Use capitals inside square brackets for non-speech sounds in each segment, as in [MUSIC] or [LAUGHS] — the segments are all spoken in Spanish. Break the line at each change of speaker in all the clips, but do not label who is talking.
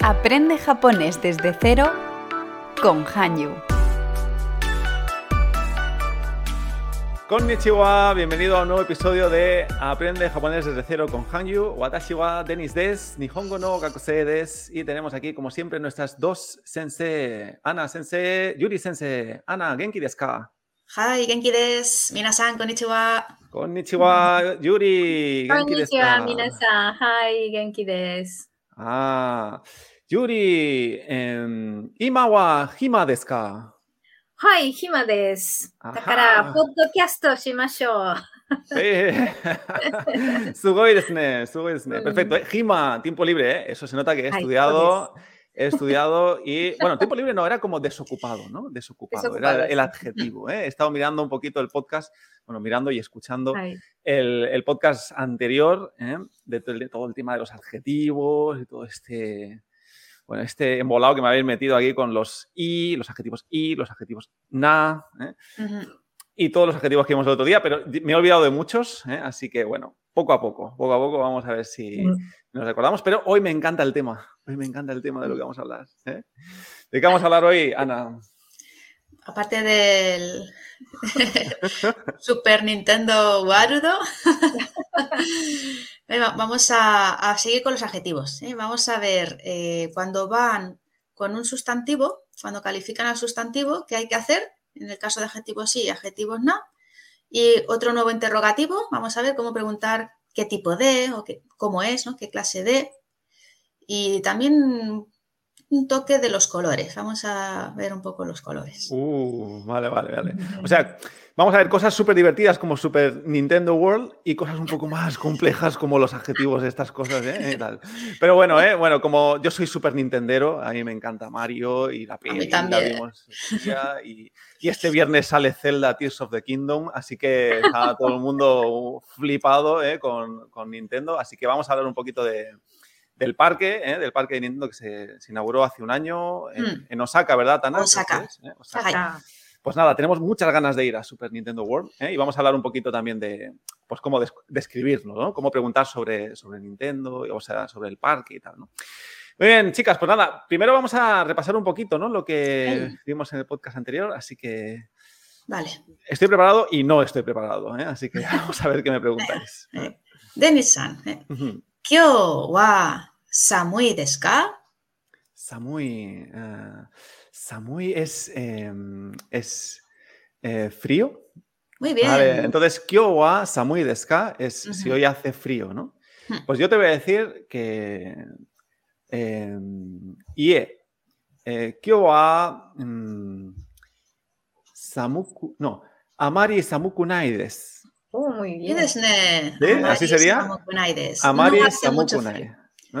Aprende japonés desde cero con Hanyu.
Konnichiwa, bienvenido a un nuevo episodio de Aprende japonés desde cero con Hangyu. Watashi wa Denis des, Nihongo no Gakusei des. Y tenemos aquí, como siempre, nuestras dos sensei, Ana sensei, Yuri sensei. Ana, genki desu ka?
はい、元気です。皆さん、こんにちは。
Konnichiwa, Yuri,
こん
genki
に
desu
ちは、
ka?
皆さん。はい、元気です。
Ah, Yuri, em, ima wa hima desu ka?
はい、暇です。
あは
だから、ポッドキャストしましょう。
Eh, [LAUGHS] sugoi desu ne, sugoi desu ne.
Mm.
Perfecto. eh. Gima, tiempo libre, ¿eh? Eso se nota que he
Ay,
estudiado, he estudiado y, bueno, tiempo libre no, era como desocupado, ¿no? Desocupado, era
Desocupado,
el
sí.
adjetivo. ¿eh? He estado mirando un poquito el podcast, bueno, mirando y escuchando
はい、
el, el podcast anterior, ¿eh? de, to- de todo el tema de los adjetivos y todo este, bueno, este embolado que me habéis metido aquí con los i, los adjetivos i, los adjetivos na, ¿eh?
うん
y todos los adjetivos que vimos el otro día, pero me he olvidado de muchos, ¿eh? así que bueno, poco a poco, poco a poco vamos a ver si
Mm.
nos recordamos, pero hoy me encanta el tema, hoy me encanta el tema de lo que vamos a hablar. ¿eh? ¿De qué vamos a hablar hoy, Ana?
Aparte del [LAUGHS] Super Nintendo Warudo, [LAUGHS] venga, vamos a, a seguir con los adjetivos. ¿eh? Vamos a ver eh, cuando van con un sustantivo, cuando califican al sustantivo, ¿qué hay que hacer? En el caso de adjetivos sí, adjetivos no. Y otro nuevo interrogativo, vamos a ver cómo preguntar qué tipo de o qué, cómo es, ¿no? qué clase de. Y también un toque de los colores. Vamos a ver un poco los colores.
Uh, vale, vale, vale. O sea, vamos a ver cosas súper divertidas como Super Nintendo World y cosas un poco más complejas como los adjetivos de estas cosas, ¿eh? Y tal. Pero bueno, ¿eh? bueno, como yo soy súper nintendero, a mí me encanta Mario y la peli la
también.
vimos el día, y, y este viernes sale Zelda Tears of the Kingdom, así que está todo el mundo flipado ¿eh? con, con Nintendo, así que vamos a hablar un poquito de... Del parque, ¿eh? del parque de Nintendo que se, se inauguró hace un año en,
Mm.
en Osaka, ¿verdad, Tana?
Osaka.
Creo que es, ¿eh? Osaka.
Ajá.
あ
Pues nada, tenemos muchas ganas de ir a Super Nintendo World ¿eh? y vamos a hablar un poquito también de pues cómo des- describirlo, ¿no? Cómo preguntar sobre, sobre Nintendo, o sea, sobre el parque y tal, ¿no? Muy bien, chicas, pues nada, primero vamos a repasar un poquito, ¿no? Lo que
Venga.
vimos en el podcast anterior, así que
Vale.
estoy preparado y no estoy preparado, ¿eh? Así que [LAUGHS] vamos a ver qué me preguntáis.
Eh, Denis-san, eh,
Ujú.
¿kyo wa samui desu ka?
Samui. eh, samui es, eh, es eh, frío.
Muy bien.
Vale, entonces, Kiowa, Samui Deska, es si
Ujú.
hoy hace frío, ¿no?
Hmm.
Pues yo te voy a decir que. Eh, ie. Eh, Kiowa. mm, samuku. No. Amari Samukunai des.
おーもういい
Y
ね
desu ne.
¿Sí?
Amari
¿Así sería?
samukunai desu.
Amari
No hace mucho Mm.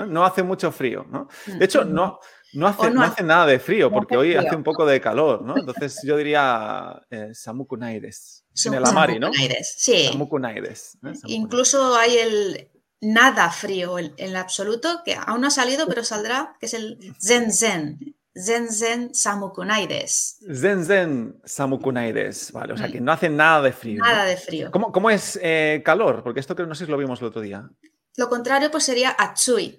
Samukunai.
frío.
¿no? No hace mucho frío, ¿no? De hecho, no, no, hace,
no
no
hace-
hace nada de frío,
no
porque
hace
hoy hace
frío.
un poco de calor, ¿no? Entonces yo diría eh, Samukunai des. Sin el Amari, ¿no?
Samukunai desu, Sí.
Samukunai des. ¿eh? Samukunai.
Incluso hay el nada frío, el, el absoluto, que aún no ha salido, pero saldrá, que es el zen zen. Zen zen samukunai desu.
Zen Zen Samukunaides, vale, o sea
Mm.
que no hacen nada de frío. ¿no?
Nada de frío.
¿Cómo, cómo es eh, calor? Porque esto creo, no sé si lo vimos el otro día.
Lo contrario, pues sería atsui.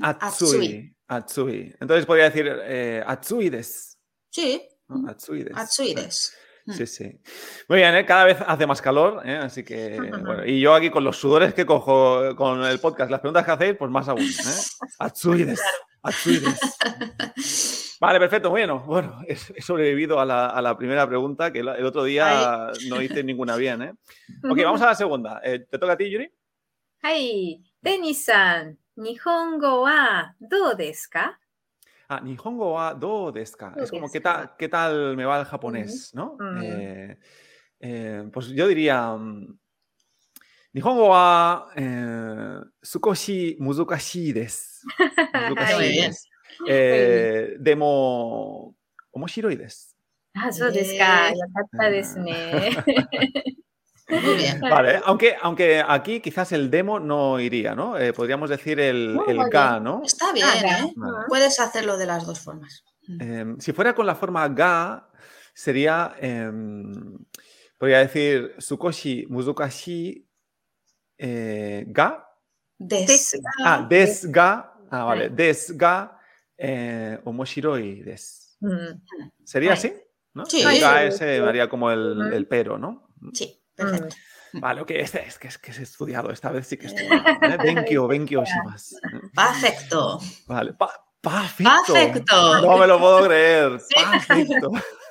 Atsui. Atsui. Entonces podría decir eh, Atsuides.
Sí,
¿no? Atsuides.
atsui desu.
Sí, sí. Muy bien, ¿eh? cada vez hace más calor, ¿eh? así que. bueno, y yo aquí con los sudores que cojo eh, con el podcast, las preguntas que hacéis, pues más aún. ¿eh? Atsuides. Atsuides. Vale, perfecto. Bueno, bueno, he he sobrevivido a la, a la primera pregunta, que la- el otro día no hice ninguna bien. ¿eh?
[LAUGHS]
Ok, vamos a la segunda. Eh, ¿Te toca a ti, Yuri?
はい、デニさん、日本語はどうですか
Ah, Nihongo wa do desu ka.
Do
Es como,
desu
¿qué,
ka.
ta- ¿qué tal me va el japonés? ¿no?
Ujú.
Eh, eh, pues yo diría... mm, Nihongo wa eh, sukoshi muzukashi
[LAUGHS]
desu.
Muy
Muzukashi
bien.
desu. Eh, demo... Omoshiroi desu.
あそうですか。
ね
よかったですね。
Muy bien.
Vale, aunque, aunque aquí quizás el demo no iría, ¿no? Eh, podríamos decir el,
No,
el
vale.
K, ¿no?
Está bien,
Nada.
¿eh?
Vale.
Puedes hacerlo de las dos formas.
Em, si fuera con la forma ga, sería, em, podría decir, Tsukoshi Muzukashi eh, ga.
Des.
Des.
Ah, des ga. Ah, vale.
Vale.
Des ga eh, omoshiroi desu.
[LAUGHS] Mm,
¿Sería
Ahí.
así? ¿No?
Sí.
El
Sí.
KS daría como el,
Ujú.
el pero, ¿no?
Sí,
Mm.
perfecto.
Vale, ok, este, es, que, es que he estudiado, esta vez sí que estoy.
[LAUGHS]
¿eh? Benkyo, benkyo shimasu. ¿eh?
Perfecto.
Vale, pa- perfecto.
Perfecto.
No me lo puedo creer.
[LAUGHS] Sí.
Perfecto.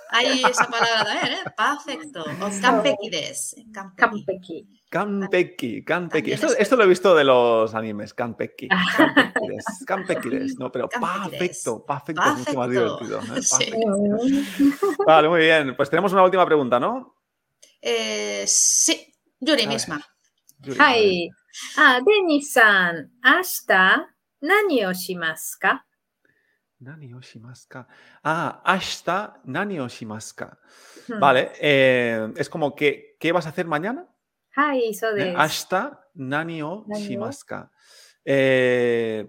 Hay esa palabra también, ¿eh? Perfecto. O campequides. Campeki.
Kanpeki.
Kanpeki, kanpeki.
También
Esto,
es- Ah.
esto lo he visto de los animes, kanpeki. Kanpekides,
[LAUGHS]
kanpekides, no, pero
Kanpekides.
perfecto, perfecto, es mucho más
Perfecto.
divertido. ¿eh?
Sí.
Perfecto.
Mm,
Vale, muy bien. Pues tenemos una última pregunta, ¿no?
Eh, sí, Yuri
A ver.
misma.
Yuri?
はい。あ、デニさん、明日何をしますか
Nani o shimasu ka. Ah, hasta nani o shimasu ka.
Mm.
うん
Vale, eh, es como que, ¿qué vas a hacer mañana?
はい、そうで
Pues
¿Eh?
す。
Hasta nani o
Nani o.
shimasu ka. Eh,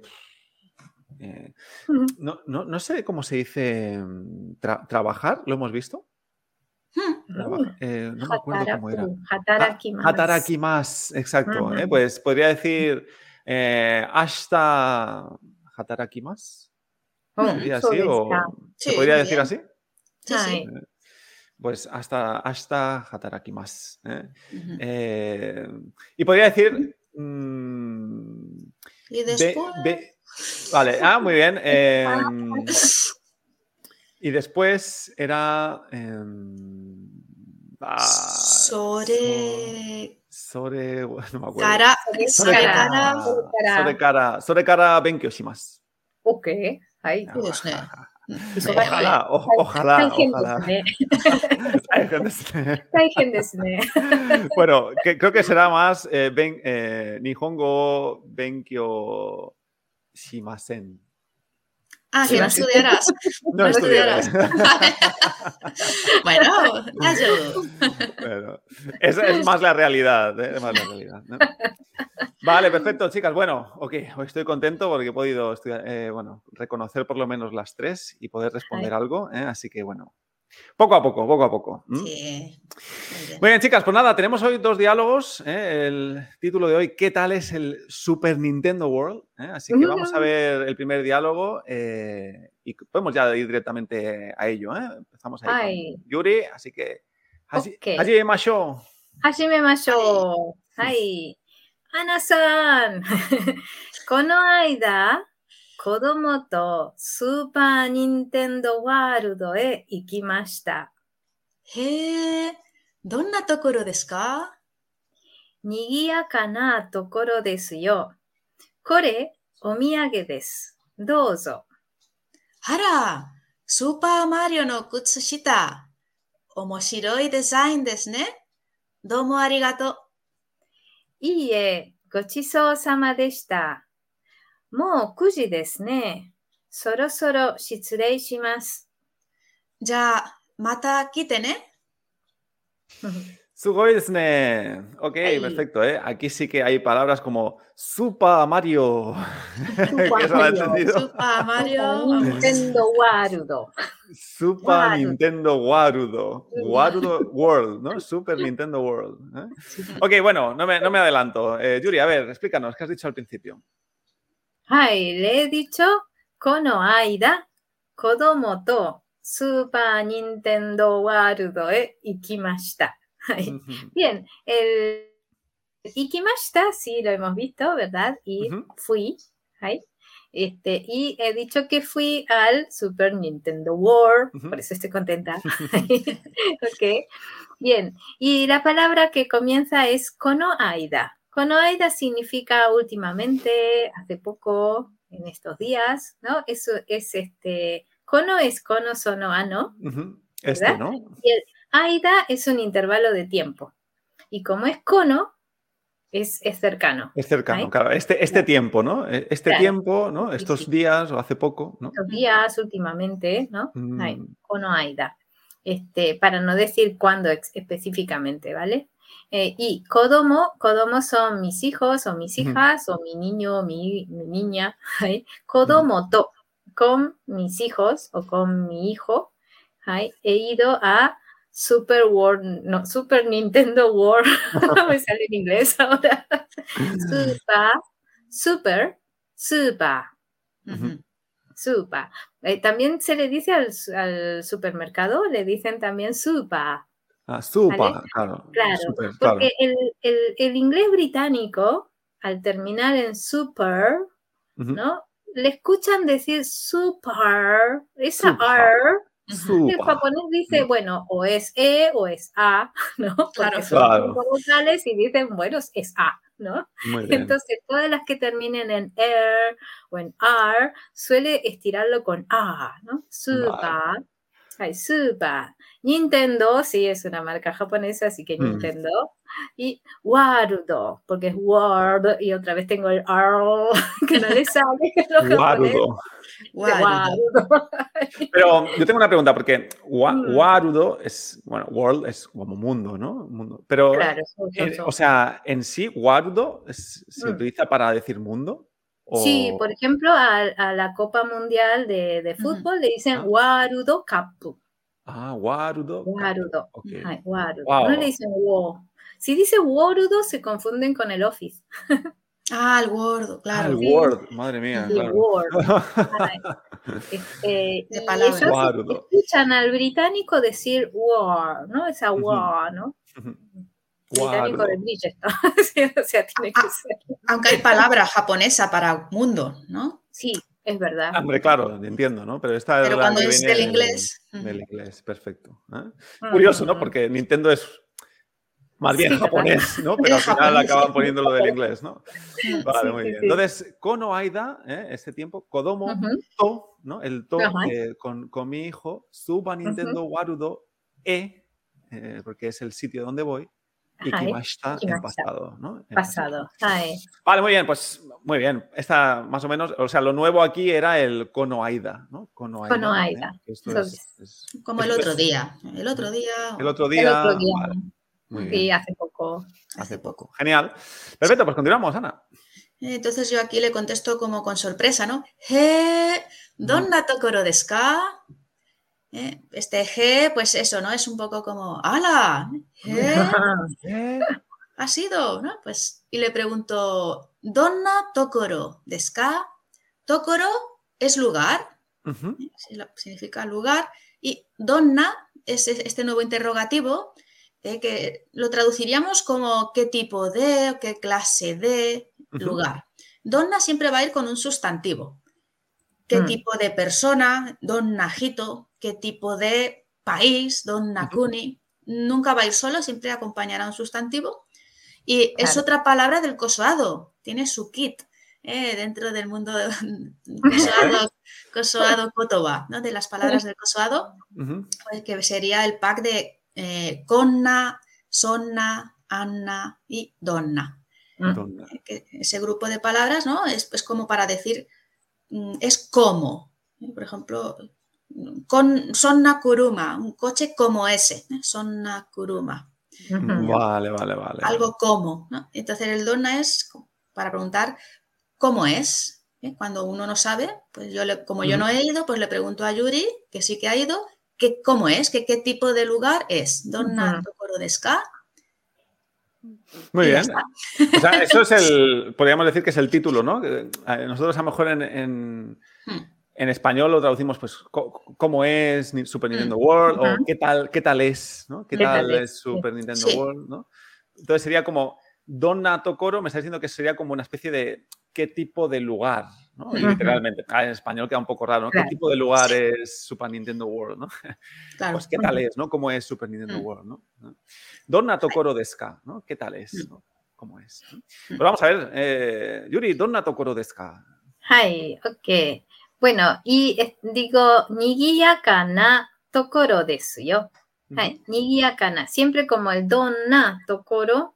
eh,
うん
no, no, no sé cómo se dice mm, tra- trabajar, ¿lo hemos visto?
[LAUGHS]
Hmm,
Trabaja- eh, no me acuerdo cómo era. Ah,
働きます。
Hataraki más, exacto.
Ujú.
¿eh? Pues podría decir eh, hasta Hataraki más.
Mm,
¿Sería
so
así?
desu
O,
ka.
¿Se
Sí,
podría
muy
decir
bien.
así?
Sí,
Ay.
sí.
Pues hasta, hasta Hataraki más. ¿eh?
Ujú.
Eh, y podría decir. mm,
Y
ve-
después.
ve- vale, ah, muy
[LAUGHS]
bien. eh, y después era. eh, ah,
Sobre.
Sore, [LAUGHS] no me acuerdo.
Cara.
Sobre
Sobre
cara.
cara.
cara.
それから、それから勉強します。
OK。はい。
そうです
[LAUGHS]
ね
そう
Sí,
お
Vale,
は
vale.
ら、おおは
大
ら、
変
お
で
はら
す。ね。
大変ですね。
大変ですね。
[LAUGHS] bueno, que- creo que será más eh, ben, eh, Nihongo Benkyo Shimasen.
Ah, que no
Sí. [LAUGHS]
estudiarás. [LAUGHS]
No
No
estudiaré.
bueno, Nayo.
Bueno, esa es más la realidad. eh, es más la realidad ¿no? Vale, perfecto, chicas. Bueno, ok, hoy estoy contento porque he podido estudiar, eh, bueno, reconocer por lo menos las tres y poder responder algo. eh, así que, bueno, poco a poco, poco a poco. ¿m?
Sí. Muy bien.
Muy bien, chicas, pues nada, tenemos hoy dos diálogos. ¿eh? El título de hoy, ¿qué tal es el Super Nintendo World? ¿eh? Así que vamos a ver el primer diálogo eh, y podemos ya ir directamente a ello. ¿eh? Empezamos ahí con
Ay.
Yuri, así que... Haji,
Ok.
haji masho.
始めましょう。はい。アナさん、 [LAUGHS] この間、子供とスーパーニンテンドーワールドへ行きました。
へえ、どんなところですか
賑やかなところですよ。これ、お土産です。どうぞ。
あら、スーパーマリオの靴下。面白いデザインですね。どうもありがとう。
いいえ、ごちそうさまでした。もう9時ですね。そろそろ失礼します。
じゃあ、また来てね。
Sugoi desne. Ok,
Ay.
perfecto. ¿eh? Aquí sí que hay palabras como Super Mario. [LAUGHS] que eso lo he
Mario.
ス
entendido.
ーパーマ
ニ
リオ。
ンテンドーワールド。
Super
Warudo.
Nintendo Warudo.
Mm.
Warudo World, ¿no? Super Nintendo World. ¿eh? Ok, bueno, no me, no me adelanto. Eh, Yuri, a ver, explícanos, ¿qué has dicho al principio?
はい、レディチョ、この間、子供とスーパーニンテンドーワールドへ行きました。はい。Bien, el hikimashita, sí, lo hemos visto, ¿verdad? Y
Ujú.
fui, ay, este, y he dicho que fui al Super Nintendo World,
Ujú.
por eso
[LAUGHS]
estoy contenta. [LAUGHS] ok, bien, y la palabra que comienza es konoaida. Konoaida significa últimamente, hace poco, en estos días, ¿no? Eso es este, kono es kono sono ano,
Ujú. Este,
¿Verdad?
¿no?
Aida es un intervalo de tiempo. Y como es cono, es, es cercano.
Es cercano,
Ahí.
claro. Este, este tiempo, ¿no? Eh, Este
Claro.
tiempo, ¿no?
Sí,
Estos
sí.
días o hace poco, ¿no?
Los días últimamente, ¿no?
Mm,
Ahí. Cono Aida. Este, para no decir cuándo ex- específicamente, ¿vale? Eh, y Kodomo, Kodomo son mis hijos o mis
Ujú.
hijas o mi niño o mi, mi niña. ¿ahí? Kodomo to, con mis hijos o con mi hijo. ¿ahí? He ido a Super World, no, Super Nintendo World, [LAUGHS] me sale en inglés ahora. Super, Super, Super.
うんうん
supa. Eh, también se le dice al, al supermercado, le dicen también supa.
Ah, supa,
¿Vale?
claro.
Claro,
super, claro.
porque el, el- el inglés británico, al terminar en super,
Ujú.
¿no? Le escuchan decir super, esa
Supa.
R, el
Supa.
japonés dice, bueno, o es E o es A, [LAUGHS] ¿no? Porque
Claro.
son
Claro.
cinco vocales y dicen, bueno, es A, ¿no?
Muy bien.
Entonces, todas las que terminen en er o en ar, suele estirarlo con A, ¿no? Supa. Ay, supa. Nintendo, sí, es una marca japonesa, así que
Mm.
Nintendo. Y Warudo, porque es Word, y otra vez tengo el R [LAUGHS] que no le sale a los japoneses.
Guarudo.
Guau,
[LAUGHS]
Warudo.
Pero yo tengo una pregunta, porque gua-
Mm.
guarudo es, bueno, world es como mundo, ¿no? Mundo. Pero,
Claro, son- son-
eh,
son.
o sea, en sí, guarudo es- se
Mm.
utiliza para decir mundo. o-
Sí, por ejemplo, a, a la Copa Mundial de, de fútbol le dicen
Ah.
Warudo Cup.
Ah, guarudo.
Warudo.
Ok. Ah,
Ay, Warudo.
Wow.
No le dicen Wo. Si dice Warudo, se confunden con el Office.
Ah, el gordo,
Ah,
claro.
el
Sí.
Word, madre mía.
Y
[LAUGHS] claro.
Word. [LAUGHS] Ay. Este,
[LAUGHS] De
y
palabra.
ellos
Warudo.
escuchan al británico decir war, ¿no? Esa
Ujú.
war, ¿no? Británico de
Guarudo.
Bridgestone. Sí, [LAUGHS] o sea, tiene que
Ah.
ser.
Aunque hay palabra japonesa para mundo, ¿no?
Sí, es verdad.
Hombre, claro, entiendo, ¿no? Pero esta es
Pero
la
cuando
que
es
viene
del inglés. mm,
Del inglés, perfecto. ¿eh? Curioso,
Mm,
¿no? Porque Nintendo es más bien
Sí, ¿verdad?
japonés, ¿no? Pero
[LAUGHS]
Bien
al final
japonés.
acaban poniéndolo del inglés, ¿no?
mm.
Vale,
Sí,
muy
sí,
bien.
sí.
Entonces, Kono Aida, ¿eh? este tiempo, Kodomo
mm, Ujú.
To, ¿no? El To
Ajá.
eh, con, con mi hijo, Suba Nintendo Warudo E, eh, porque es el sitio donde voy, y
Ajá,
Kimashita en
Kimashita.
pasado, ¿no? En
Pasado. Ay.
Vale, muy bien, pues muy bien. Esta más o menos, o sea, lo nuevo aquí era el Kono Aida, ¿no? Kono
Kono Aida.
¿eh? Esto
Eso
es- es-
Como el
esto
otro
es
día. El otro día.
El otro
El
día.
otro día.
ah, vale, muy bien.
Sí, hace
[LAUGHS]
poco.
Hace poco. Genial. Perfecto, pues continuamos, Ana.
Entonces yo aquí le contesto como con sorpresa, ¿no? He, ¿donna tokoro desu ka? Eh, Este he, pues eso, ¿no? Es un poco como, ¡ala!
[LAUGHS]
¿He?
Mm,
Eh,
¿Ha sido? ¿No? Pues, y le pregunto, ¿donna tokoro desu ka? Tokoro es lugar,
ujú.
sí, la- significa lugar, y donna es e- este nuevo interrogativo eh, que lo traduciríamos como qué tipo de, o qué clase de
Ujú.
lugar. Donna siempre va a ir con un sustantivo. ¿Qué
Mm.
tipo de persona? Donnajito. ¿Qué tipo de país? Donna cuni. Nunca va a ir solo, siempre acompañará un sustantivo. Y es
Claro.
otra palabra del cosoado, tiene su kit eh, dentro del
[LAUGHS]
mundo de- cosoado, cosoado kotoba, ¿no? de las palabras del cosoado,
Ujú.
pues, que sería el pack de eh, conna, sonna, anna y donna
Donna.
que eh, ese grupo de palabras, ¿no? Es, es como para decir, mm, es como. ¿eh? Por ejemplo, mm, con Sonna Kuruma, un coche como ese, ¿eh? Sonna Kuruma,
Ujú.
Vale, vale, vale.
algo como, ¿no? Entonces el donna es para preguntar cómo es. ¿eh? Cuando uno no sabe, pues yo le- como yo
Ujú.
no he ido, pues le pregunto a Yuri, que sí que ha ido, que cómo es, que qué tipo de lugar es. Donna
Ujú.
Tokoro desu ka?
Muy
y ya
bien. O sea, eso
[LAUGHS]
es el, podríamos decir que es el título, ¿no? Que, eh, Nosotros a lo mejor en, en,
Hmm.
en español lo traducimos, pues, co- cómo es Ni- Super
Mm.
Nintendo World
Ujú.
o qué tal, qué tal es, ¿no? ¿Qué,
¿Qué
tal,
tal
es
es?
Super Nintendo
Sí.
World, ¿no? Entonces sería como Donna Tokoro, me está diciendo que sería como una especie de qué tipo de lugar, ¿no? Y
Ujú.
Literalmente, Ah, en español queda un poco raro, ¿no?
Claro.
¿Qué tipo de lugar
Sí.
es Super Nintendo World, ¿no?
Claro.
Pues qué tal
Ujú.
es, ¿no? ¿Cómo es Super Nintendo
Mm.
World, ¿no? ¿No? Donna Tokoro Deska, ¿no? ¿Qué tal es?
Mm.
¿no? ¿Cómo es? ¿no?
Mm.
Pues vamos a ver, eh, Yuri, Donna Tokoro Deska.
Ay, ok. Bueno, y eh, digo, nigiyaka na tokoro desu yo. Ay, nigiyaka na. Siempre como el donna tokoro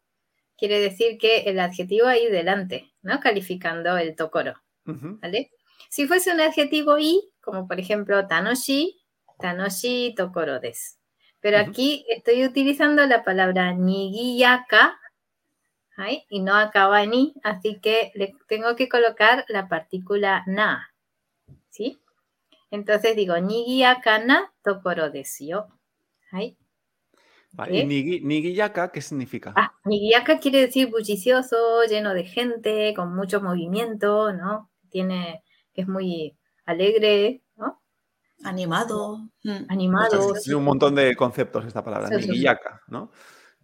quiere decir que el adjetivo ahí delante, ¿no? Calificando el tokoro,
Ujú.
¿vale? Si fuese un adjetivo y, como por ejemplo tanoshi, tanoshi tokoro desu. Pero
Ujú.
aquí estoy utilizando la palabra nigiyaka ay, y no acaba en i, así que le tengo que colocar la partícula na. ¿Sí? Entonces digo, nigiyaka na tokoro desu yo. Ay,
Vale, ¿Y
ok.
nigi- Nigiyaka qué significa?
¿Eh? Ah, nigiyaka quiere decir bullicioso, lleno de gente, con mucho movimiento, ¿no? Tiene, que es muy, alegre, ¿no?
Animado. Mm.
Animado.
Tiene un montón de conceptos esta palabra,
Sí, sí, sí.
niguillaca, ¿no?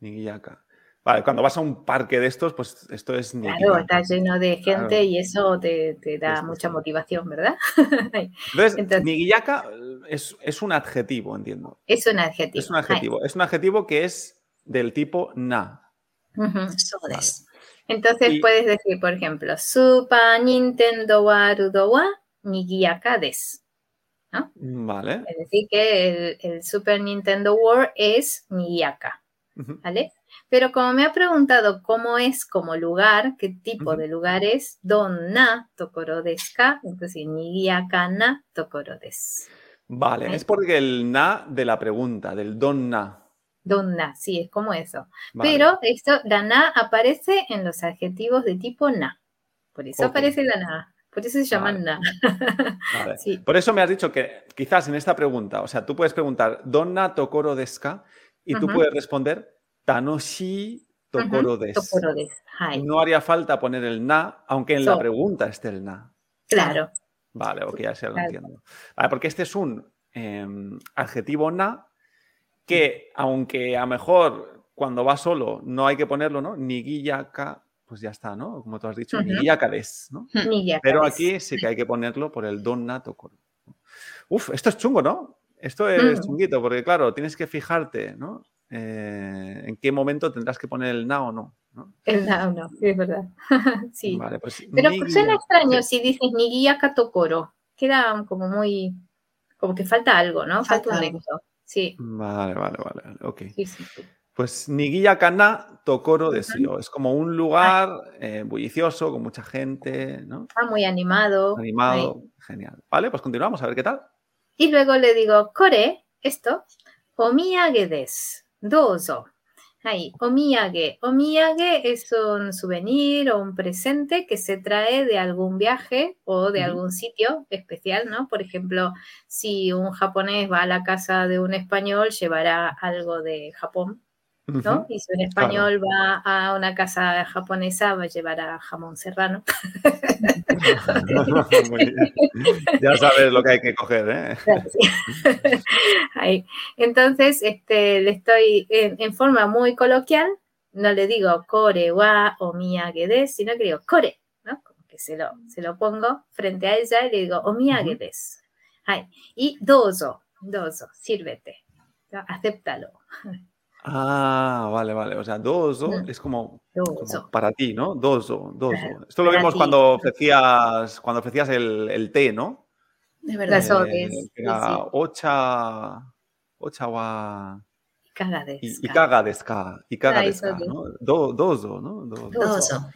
Niguillaca. Vale, cuando vas a un parque de estos, pues esto es
Claro,
nigillaka.
está lleno de gente
Claro.
y eso te, te da
Sí, sí,
mucha
sí.
motivación, ¿verdad? [LAUGHS]
Entonces,
Entonces-
nigillaka es, es un adjetivo, entiendo.
es un adjetivo.
Es un adjetivo. Es un adjetivo que es del tipo na.
Ay, ujú.
Eso es.
Entonces
Y-
puedes decir, por ejemplo, Super Nintendo Warudo wa Nigiyaka desu.
Vale.
Es decir, que el, el Super Nintendo World es Nigiyaka,
Ujú.
¿vale? Pero como me ha preguntado cómo es como lugar, qué tipo
Ujú.
de lugar es, donna tokoro desu ka, entonces Nigiyaka na tokoro desu.
Vale,
Ok.
es porque el na de la pregunta, del don na.
Donna, sí, es como eso.
Vale.
Pero esto, la na aparece en los adjetivos de tipo na. Por eso
Ok.
aparece la na. Por eso se llaman na.
Vale.
sí.
Por eso me has dicho que quizás en esta pregunta, o sea, tú puedes preguntar donna tokoro desu ka? y tú
Ujú.
puedes responder tanoshi tokoro desu.
Tokoro desu. Hai.
No haría falta poner el na, aunque en la
So.
pregunta esté el na.
Claro.
Vale, ok, ya se lo
Claro.
entiendo. Vale, porque este es un eh, adjetivo na que, aunque a lo mejor cuando va solo no hay que ponerlo, ¿no? Nigiyaka, pues ya está, ¿no? Como tú has dicho,
Ujú.
nigiyaka des, ¿no?
Nigiyaka
Pero
desu.
aquí sí que hay que ponerlo por el don nato. con- Uf, esto es chungo, ¿no? Esto es
Mm.
chunguito, porque claro, tienes que fijarte, ¿no? Eh, en qué momento tendrás que poner el na o no. ¿no?
El na, no, [LAUGHS] es verdad. [LAUGHS] sí.
Vale, pues
Pero
nigiya-
suena extraño si dices Nigiyaka Tokoro. Queda como muy. como que falta algo, ¿no? Falta,
Falta
un
algo.
nexo. Sí.
Vale, vale, vale, vale, ok.
Sí, sí, sí.
Pues Nigiyaka na Tokoro de Sio. Es como un lugar eh, bullicioso, con mucha gente, ¿no?
Está muy animado.
Animado.
Ahí.
Genial. Vale, pues continuamos a ver qué tal.
Y luego le digo, Kore, esto, omiyage des, dozo. Ahí, omiyage. Omiyage es un souvenir o un presente que se trae de algún viaje o de
Ujú.
algún sitio especial, ¿no? Por ejemplo, si un japonés va a la casa de un español, llevará algo de Japón, ¿no?
[LAUGHS] Ujú.
Y si un español va a una casa japonesa, va a llevar a jamón serrano.
Muy bien. Ya sabes lo que hay que coger, ¿eh?
Gracias. [LAUGHS] Ahí. Entonces, este, le estoy en, en forma muy coloquial, no le digo core wa o miyage des, sino que digo core, ¿no? Como que se lo, se lo pongo frente a ella y le digo o miyage des. Ahí. Y dozo, dozo, sírvete, ¿no? acéptalo,
Ah, vale, vale. O sea, dozo
Mm.
es como, como
dozo.
para ti, ¿no? Dozo, dozo.
Claro,
Esto lo
para
vimos
ti.
cuando ofrecías, cuando ofrecías el, el té, ¿no? Eh,
Es
Las
verdad.
Las odes, sí,
que era
sí.
ocha, ocha wa-
Kaga des,
y, y
kaga.
caga desca, y caga
Ah, eso
desca,
bien.
¿no? Do- dozo, ¿no? Do-
Dozo.
Dozo.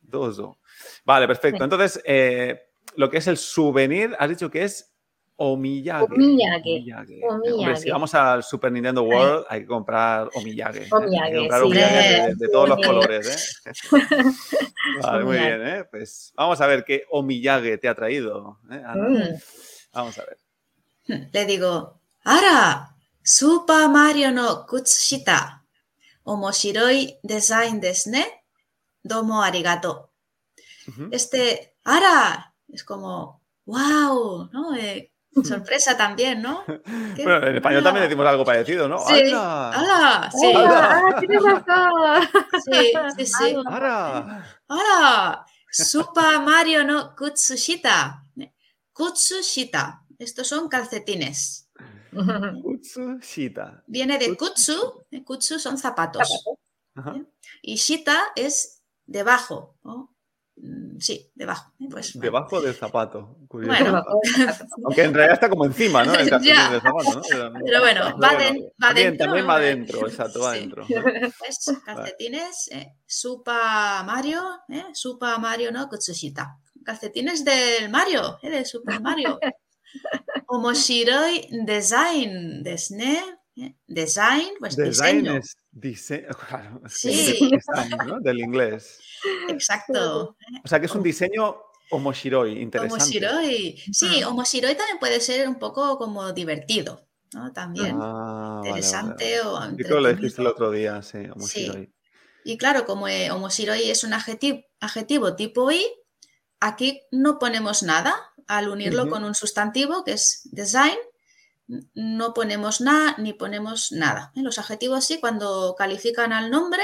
dozo. Vale, perfecto. Entonces, eh, lo que es el souvenir, has dicho que es omiyage.
Omiyage.
Omiyage.
Omiyage.
Hombre, si vamos al Super Nintendo World, hay que comprar omiyage. ¿eh? Hay
Omiyage,
que comprar
sí.
omiyage de, de todos los
Omiyage.
colores,
[LAUGHS]
¿eh? Vale, muy
Omiyage.
bien, ¿eh? Pues vamos a ver qué omiyage te ha traído. ¿eh, Ana?
Mm.
Vamos a ver.
[LAUGHS] Le digo, ¡Ara! Super Mario no Kutsushita. Omoshiroi design desu ne. Domo arigato.
Ujú.
Este, ¡Ara! Es como, ¡Wow! ¿no? Eh, sorpresa también,
[LAUGHS]
¿no? ¿Qué?
Bueno, en español también decimos algo parecido, ¿no?
Sí.
¡Hala!
¡Hala! Sí,
Ah, ah, tienes razón.
sí, sí, sí.
¡Hala!
¡Hola! Super Mario no Kutsushita. Kutsushita. Estos son calcetines.
Utsushita.
Viene de kutsu. eh, Kutsu son zapatos.
Ajá.
Y shita es debajo. ¿no? Mm, Sí, debajo. eh, Pues,
Debajo del zapato. Curioso.
Bueno.
Aunque en realidad está como encima,
[LAUGHS]
¿no? El
Ya.
calcetín del zapato, ¿no? Pero,
Pero bueno,
pero
va,
bueno,
den- va
también,
dentro.
También
¿no?
va adentro, exacto, va
Sí. [LAUGHS]
adentro.
Pues, calcetines, eh, Super Mario, eh, Super Mario no Kutsushita. Calcetines del Mario, eh, del
[LAUGHS]
Super Mario. Omoshiroi Design, desne, eh, design, pues
Design
diseño.
es diseño, [LAUGHS] claro. es que
Sí.
design, ¿no? Del inglés.
Exacto.
O sea, que es un diseño omoshiroi, interesante. Ah.
Omoshiroi. Sí, Omoshiroi también puede ser un poco como divertido, ¿no? También.
Ah, vale, vale,
Interesante o
vale. Creo que lo dijiste el
entretenido.
otro día, sí, omoshiroi.
Y claro, como eh, omoshiroi es un adjetivo, adjetivo tipo i, aquí no ponemos nada, al unirlo
Ujú.
con un sustantivo que es design, no ponemos na ni ponemos nada. ¿eh? Los adjetivos sí, cuando califican al nombre,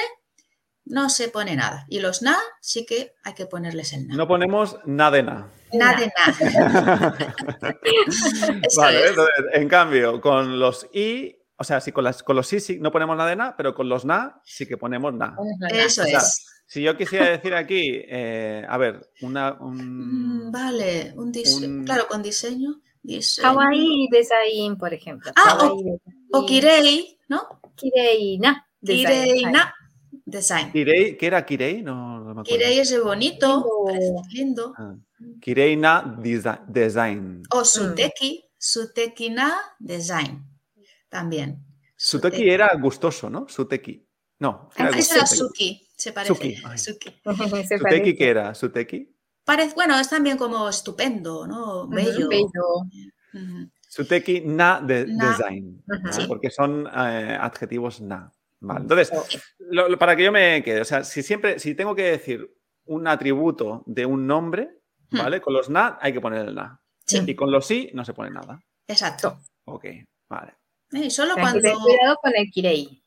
no se pone nada. Y los na sí que hay que ponerles el na.
No ponemos nada de nada.
Nada de na.
[LAUGHS]
[LAUGHS] Eso
Vale,
es.
entonces, en cambio, con los i, o sea, si con, las, con los sí, sí no ponemos nada de na, pero con los na sí que ponemos na.
eh,
Eso
O sea,
es.
Si yo quisiera decir aquí, eh, a ver, una, un-
Mm, Vale, un diseño.
un-
Claro, con diseño. diseño.
Kawaii design, por ejemplo.
Ah,
Kawaii design.
O kirei, ¿no?
Kirei na. design.
Kirei na design.
Kirei, ¿qué era Kirei? No, no me acuerdo.
Kirei es de bonito,
Lindo.
[LAUGHS] parece lindo.
Ah, Kirei na desi- design.
Mm.
O suteki, suteki na design. También.
Suteki era gustoso, ¿no? Suteki. No, era
Claro,
Eso era
gustoso.
Suki, se parece.
Suki, ay.
Suki.
Se
Suteki,
parece.
¿qué era? Suteki.
Parece, bueno, es también como estupendo, ¿no?
Ujú,
Bello.
bello.
Ujú.
Suteki na, de-
Na. Ah,
design.
Ujú.
¿no?
Sí. Mm.
Porque son eh, adjetivos na. Vale, entonces, lo- lo- para que yo me quede, o sea, si siempre, si tengo que decir un atributo de un nombre,
Hmm.
¿vale? Con los na hay que poner el na. Y
Sí,
con los sí no se pone nada.
exacto.
Ok, vale.
Eh, Y solo
O sea, que ten
cuando
cuidado con el kirei.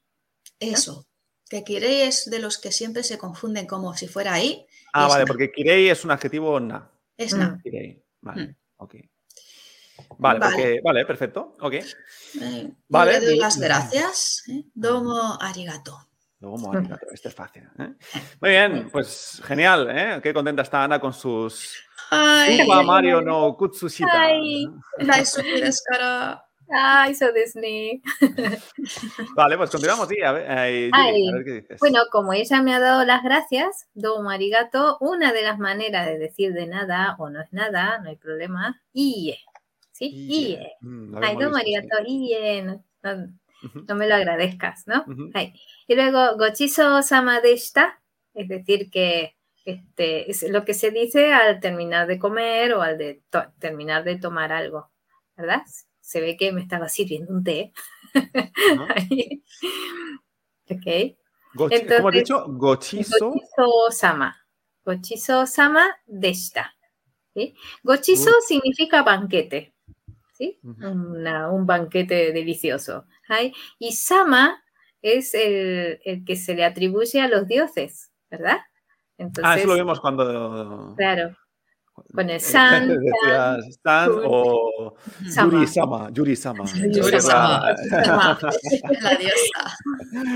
eso, que kirei es de los que siempre se confunden como si fuera ahí,
Ah,
es
vale,
na.
porque kirei es un adjetivo na.
es na.
Mm.
Kirei. Vale,
Mm.
ok. Vale,
Vale.
porque- vale, perfecto. Ok.
Eh, yo
Vale,
le doy
y-
las gracias. eh. Domo arigato.
Luego me voy a tirar otra vez, este es fácil. ¿eh? Muy bien, pues genial, ¿eh? Qué contenta está Ana con sus
Ay,
Super Mario no Kutsushita.
Ay.
la suki descarada.
Mm. Ay, so Disney.
Vale, pues continuamos, sí. A ver, eh, Yuri,
Ay.
a ver qué dices.
Bueno, como ella me ha dado las gracias, domo arigato, una de las maneras de decir de nada o no es nada, no hay problema, iye. ¿Sí?
Iye.
Iye.
Mm, lo
eh, Ay,
habíamos visto,
domo
sí.
arigato, iye. No, no-
Ujú,
no me lo agradezcas, ¿no?
ujú.
[LAUGHS] Ay. Y luego, gochizo samadeshita, es decir, que este, es lo que se dice al terminar de comer o al de to- terminar de tomar algo, ¿verdad? Se ve que me estaba sirviendo un té. [LAUGHS]
Ajá.
Ahí. ok.
Gochi- ¿Cómo has
Entonces,
dicho? Gochizo.
Gochizo sama. Gochizo sama deshita. ¿sí? Gochizo
Uy.
significa banquete. ¿sí?
Ujú. Ah,
Una- un banquete delicioso. ¿ay? Y sama es el, el que se le atribuye a los dioses, ¿verdad? Entonces,
Ah, eso lo vimos cuando.
claro, con el
eh, [LAUGHS]
san,
decías San
Kun.
o
Sama.
Yuri Sama. Yuri Sama.
Yuri
Sama.
Es
La
[LAUGHS]
diosa.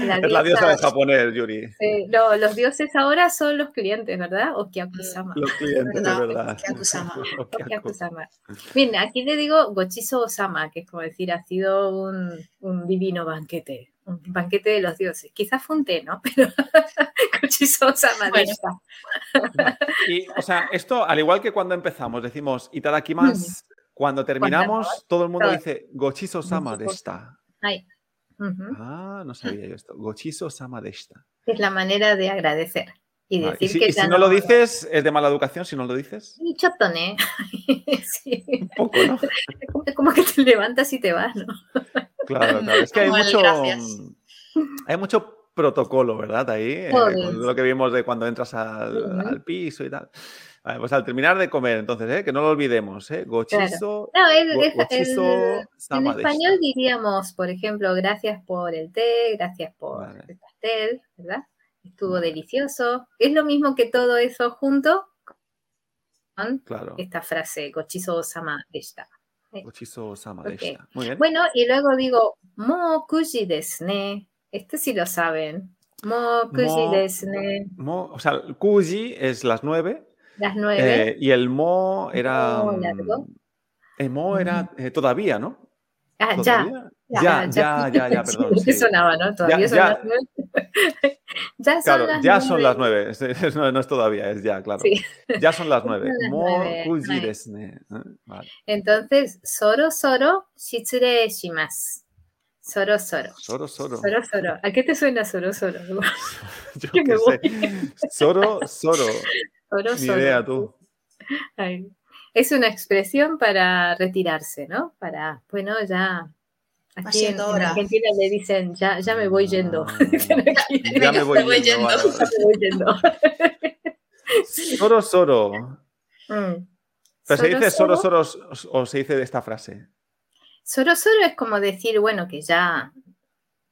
la
la diosa de
diosa.
japonés, Yuri.
Eh, lo- los dioses ahora son los clientes, ¿verdad? O Kyakusama.
Los clientes, de
Verdad,
verdad. [LAUGHS]
Kyakusama.
Kyaku.
Kyakusama. Bien, aquí le digo Gochizo Osama, que es como decir, ha sido un, un divino banquete, un banquete de los dioses. Quizás fue un té, ¿no? [LAUGHS] Pero Gochizo Osama.
Bueno.
está.
Y, o sea, esto, al igual que cuando empezamos, decimos itadakimasu, cuando terminamos, todo el mundo
todo.
dice gochizo sama deshita.
Ujú.
Ah, no sabía yo esto. Gochizo sama deshita.
Es la manera de agradecer y
Vale.
decir
Ah, Y si,
que
y si
ya
no lo dices, es de mala educación si no lo dices.
Y chotone. ¿eh? [LAUGHS] sí.
Un poco, ¿no?
Como- Como que te levantas y te vas, ¿no?
Claro, claro. Es que hay
Como el
mucho, mm,
gracias.
hay mucho protocolo, ¿verdad? Ahí, eh,
Todo
con
es.
lo que vimos de cuando entras al,
Ujú.
al piso y tal. Vale, pues al terminar de comer, entonces, ¿eh? que no lo olvidemos, ¿eh? Gochizo,
No, el-
go-
el-
gochizo
el- en
sama deshita.
español diríamos, por ejemplo, gracias por el té, gracias por
Vale.
el pastel, ¿verdad? Estuvo
Vale.
delicioso. Es lo mismo que todo eso junto con
Claro.
esta frase, gochizo sama deshita.
Gochizo sama
Ok.
deshita. Muy bien.
Bueno, y luego digo, mo kuji desu ne. Este sí lo saben. Mo kuji
Mo-
desu ne.
Mo- o sea, el kuji es las nueve
Las nueve.
eh, y el mo era.
Mo largo.
mm, El mo era eh, todavía, ¿no?
ah, ya.
¿Todavía? Ya, ya, ya, ya,
[LAUGHS] Sí,
perdón.
porque
sí.
sonaba, ¿no? Todavía son
ya.
las nueve. [LAUGHS] ya son
Claro,
las
ya son
nueve.
las nueve. [LAUGHS] Es- es- no, no es todavía, es ya, claro.
Sí.
Ya son las
[LAUGHS] son
nueve.
las
Mo
nueve,
kuji
ay.
desu ne. ¿Eh? Vale.
Entonces, soro soro shitsure shimasu. Soro soro.
Soro, soro.
Soro soro. ¿A qué te suena soro soro?
[LAUGHS] Yo
yo me
qué sé. Soro,
[LAUGHS]
soro.
Soro
Ni
[LAUGHS] soro.
idea tú.
Ay. Es una expresión para retirarse, ¿no? Para, bueno, ya. Aquí en,
siendo
en
hora.
Argentina le dicen, ya, ya me voy yendo. [LAUGHS]
Ah.
Dicen aquí,
[LAUGHS]
Ya me voy,
Me voy
yendo.
yendo.
vale,
[LAUGHS] ya
vale.
me voy yendo.
Soro, soro.
Mm.
Pero se dice solo, solo o se dice de esta frase.
Solo, solo es como decir, bueno, que ya,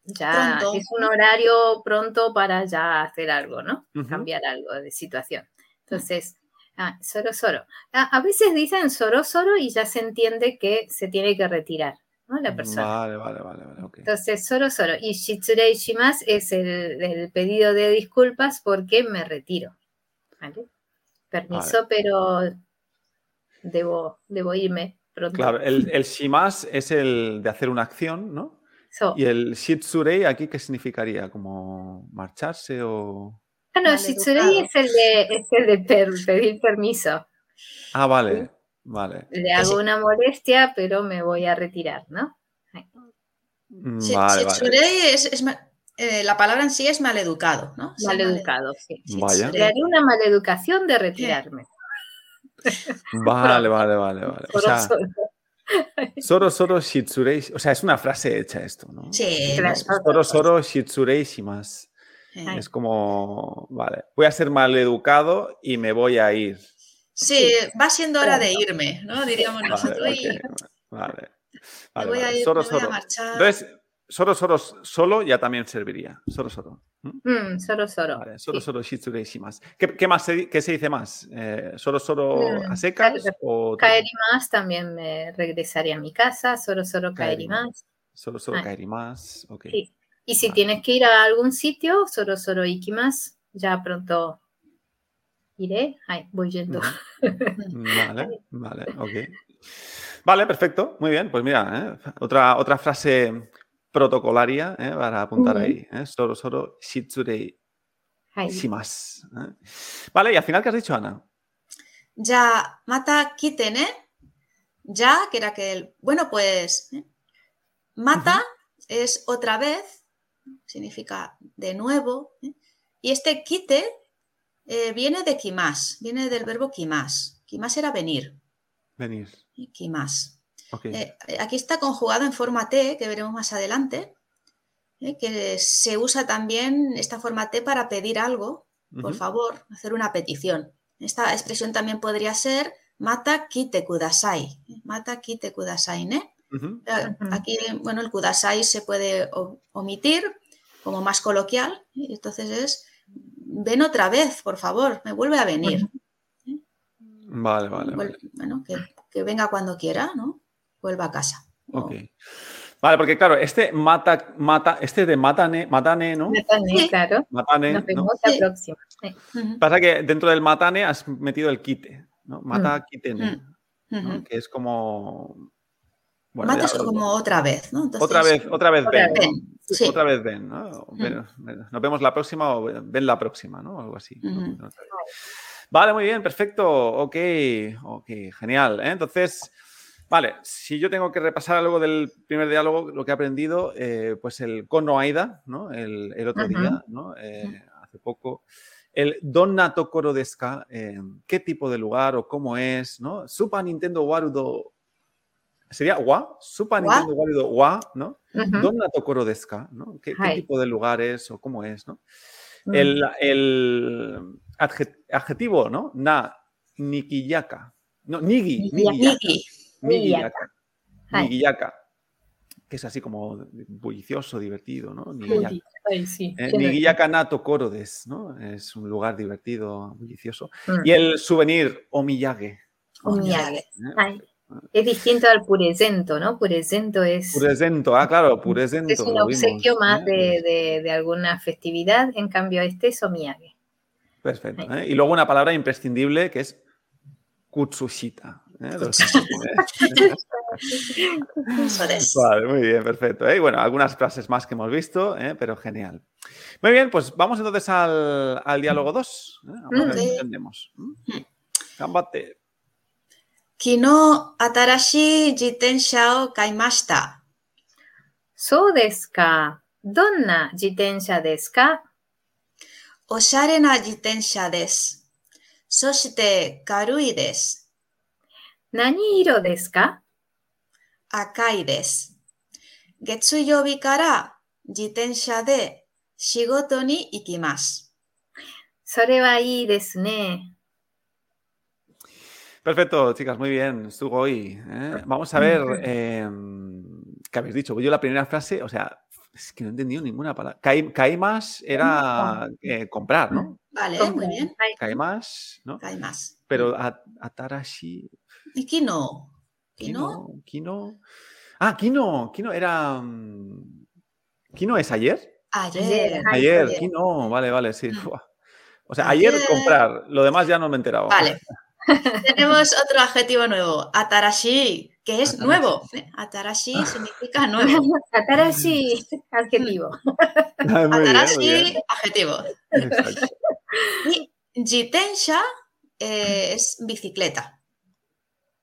ya
Pronto.
es un horario pronto para ya hacer algo, ¿no?
Ujú.
Cambiar algo de situación. Entonces, ah, solo, solo. A, a veces dicen solo, solo y ya se entiende que se tiene que retirar, ¿no? La persona.
Vale, vale, vale, vale. ok.
Entonces, solo, solo. Y shitsurei shimasu es el, el pedido de disculpas porque me retiro. ¿Vale? Permiso, pero debo, debo irme pronto.
Claro, el, el shimas es el de hacer una acción, ¿no?
So,
Y el shitsurei aquí, ¿qué significaría? ¿Como marcharse o...?
ah, no,
Mal
shitsurei
educado.
es el de, es el de per- pedir permiso.
Ah, vale, vale.
Le hago una molestia, pero me voy a retirar, ¿no?
Mm,
Si-
Vale,
si
vale.
churei es- es ma- eh, la palabra en sí es maleducado, ¿no? Ser
Maleducado, sí.
maledu-
Vaya.
Le
shitsurei.
haré una maleducación de retirarme.
Vale, vale, vale, vale. O
Solo,
sea,
solo.
soro soro shitsurei... O sea, es una frase hecha esto, ¿no?
Sí,
Claro.
Soro soro shitsurei shimas.
eh,
Es como... Vale, voy a ser maleducado y me voy a
[LAUGHS]
ir.
sí, va siendo hora de irme, ¿no? Diríamos
Vale,
nosotros. "Uy,
ok, vale.
me
Vale,
voy a
vale.
ir,
Soro,
me voy a
soro.
marchar.
Entonces, solo, solo, solo ya también serviría. Solo, solo. ¿Mm?
Mm, solo, solo.
Vale, solo,
Sí.
solo shitsurei shimasu. ¿Qué, qué más se, di- qué se dice más? Eh, ¿Solo, solo
Mm,
a secas?
claro.
o todo?
Kaerimas, también me regresaré a mi casa, solo, solo Kaerimas.
Solo, solo
Ah.
kaerimasu. Ok.
Sí. Y si
Vale.
tienes que ir a algún sitio, solo, solo Ikimas, ya pronto iré. Ay, voy yendo.
Vale, vale, ok. Vale, perfecto. Muy bien, pues mira, ¿eh? otra, otra frase protocolaria ¿eh? para apuntar
Ujú.
ahí. ¿eh? Solo, solo shitsurei
[LAUGHS] Ay,
shimasu. ¿eh? Vale, y al final, ¿qué has dicho, Ana?
Ya, mata quiten, ¿eh? Ya, que era que el. Bueno, pues. ¿eh? Mata es otra vez, significa de nuevo. ¿eh? Y este quite eh, viene de kimás, viene del verbo kimás. Kimás era venir,
Venir.
¿eh? kimás.
Ok.
Eh, aquí está conjugado en forma T, que veremos más adelante, ¿eh? que se usa también esta forma T para pedir algo, por
Ujú.
favor, hacer una petición. Esta expresión también podría ser mata kite kudasai. Mata kite kudasai, ¿ne?
Ujú.
Eh,
Ujú.
Aquí, bueno, el kudasai se puede o- omitir como más coloquial. ¿eh? Entonces es, ven otra vez, por favor, me vuelve a venir.
Vale, vale, vale.
Vuel- Bueno, que, que venga cuando quiera, ¿no? Vuelva a casa. O-
Ok. Vale, porque claro, este mata, mata, este de matane, matane, ¿no?
Natane,
Sí.
claro.
Matane,
Nos
¿no?
vemos la
Sí.
próxima. Eh,
Ujú,
Pasa que dentro del matane has metido el quite, ¿no?
Mm.
Mata quitene, ¿no?
ujú.
que es como... bueno,
Mata
ya
es
lo-
como otra vez, ¿no? Entonces,
otra vez, otra vez
otra
ven,
vez,
¿no?
ven, sí. Mm.
otra vez ven, ¿no? O ven- ven- nos vemos la próxima o ven la próxima, ¿no? O algo así. ¿no?
Ujú.
Otra vez. Vale, muy bien, perfecto, ok, ok, genial. ¿eh? Entonces, vale, si yo tengo que repasar algo del primer diálogo, lo que he aprendido, eh, pues el Kono Aida, ¿no? El, el otro
Ujú.
día, ¿no? Eh, hace poco. El Donna Tokoro desu ka? eh, ¿qué tipo de lugar o cómo es, ¿no? Supa Nintendo Warudo. Sería wa, Supa
Wa.
Nintendo Warudo wa, ¿no?
ujú.
¿Dónde Tokoro desu ka? ¿no? ¿Qué, qué
Ay.
tipo de lugar es o cómo es? ¿no?
Mm.
El, el adje- adjetivo, ¿no? Na, nikiyaka. No, nigi, nigiyaka.
Niki.
Nigiyaka.
Ay.
Nigiyaka. Que es así como bullicioso, divertido, ¿no? Nigiyaka.
Ay, sí.
Eh,
Yo no-
nigiyaka na Tokoro desu, ¿no? Es un lugar divertido, bullicioso.
Mm.
Y el souvenir, omiyage.
Omiyage.
¿eh?
Mm. Ay, Es distinto al puresento, ¿no? Puresento es,
Puresento, ah, claro, puresento.
es un
lo vimos,
obsequio más
¿eh?
de, de- de alguna festividad, en cambio este es omiyage.
Perfecto. ¿eh? Y luego una palabra imprescindible que es kutsushita. ¿eh? Los-
Eso es.
Vale, muy bien, perfecto. ¿eh? Y bueno, algunas frases más que hemos visto, ¿eh? pero genial. Muy bien, pues vamos entonces al, al diálogo ¿eh? 2.
Ok.
entendemos. ¿eh? Gambate.
昨日、新しい自転車を買いました。
So deska. Donna jitensha deska.
おしゃれな自転車です。そして軽いです。
Nani iro deska.
赤いです。月曜日から自転車で仕事に行きます。
Sore wa ii desu ne.
Perfecto, chicas, muy bien. Estuvo hoy. ¿eh? Vamos a ver eh, qué habéis dicho. Yo la primera frase, o sea, es que no he entendido ninguna palabra. Caí, caí más era eh, comprar, ¿no?
Vale,
Compra.
muy bien.
Caí más, ¿no?
Hay más.
Pero a, Atarashi.
Y Kino. Kino.
Kino, Kino. Ah, Kino, Kino era. mm, ¿Kino es ayer?
Ayer.
Ay,
Ah, Ayer,
ayer.
Kino, vale, vale, sí. [LAUGHS]
Mm.
Buah. O sea, ayer
Ayer.
comprar, lo demás ya no me he enterado. [LAUGHS]
Vale. Tenemos otro adjetivo nuevo. Atarashi, que es
Atarashi. Ah.
nuevo. ¿eh? Atarashi significa nuevo.
Atarashi, adjetivo.
Ah, Muy bien, muy
Atarashi,
bien.
adjetivo.
Exacto.
Y Jitensha eh, es bicicleta.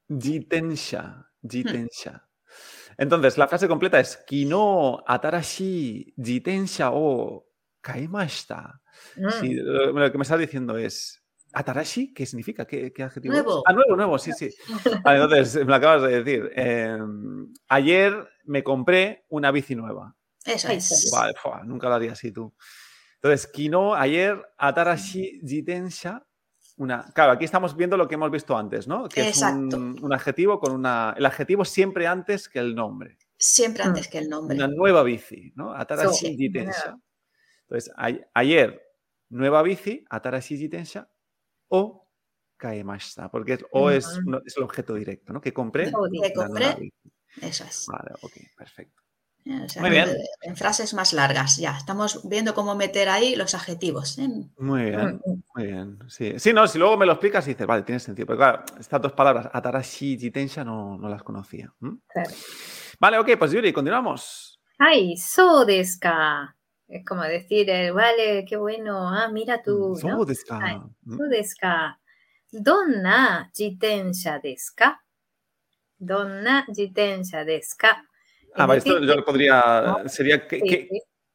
Jitensha, jitensha. Entonces, la frase completa es Kino atarashi jitensha o kaimashita. Sí,
Mm.
lo lo que me estás diciendo es atarashi, ¿qué significa? ¿Qué, qué adjetivo? es?
Nuevo.
Ah, nuevo, nuevo, sí,
[LAUGHS]
sí. Vale, entonces, me lo acabas de decir. Eh, ayer me compré una bici nueva.
Eso
Ahí
es.
está.
Vale, fua, nunca lo haría así tú. Entonces, Kino, ayer, Atarashi,
Mm.
Jitensha, una... Claro, aquí estamos viendo lo que hemos visto antes, ¿no? Que es
Exacto.
un, un adjetivo con una... El adjetivo siempre antes que el nombre.
Siempre
Mm.
antes que el nombre.
Una nueva bici, ¿no? Atarashi,
Sí.
Jitensha. Entonces, a- ayer, nueva bici, Atarashi, Jitensha, o Kaemashita, porque es- o es,
Ujú.
no, es el objeto directo, ¿no? Que compré.
Oh,
Que
Dios.
una nueva
compré.
bici.
Eso es.
Vale, ok, perfecto.
O sea,
Muy bien.
En frases más largas, ya. Estamos viendo cómo meter ahí los adjetivos. ¿eh?
Mm.
Muy bien. Muy bien, sí. Sí, no, si luego me lo explicas y dices, vale, tiene sentido. Pero claro, estas dos palabras, Atarashi y Jitensha, no, no las conocía. ¿m?
Claro.
Vale, ok, pues Yuri, continuamos.
Ay, sodeska. Es como decir, eh, vale, qué bueno. Ah, mira tú. ¿no?
¿Cómo desu ka?
Ay.
¿Mm?
そうですか。どんな自転車ですかどんな自転車ですか
Ah, vale, esto
Sí,
yo
sí.
lo podría. Sería, ¿qué,
え
qué-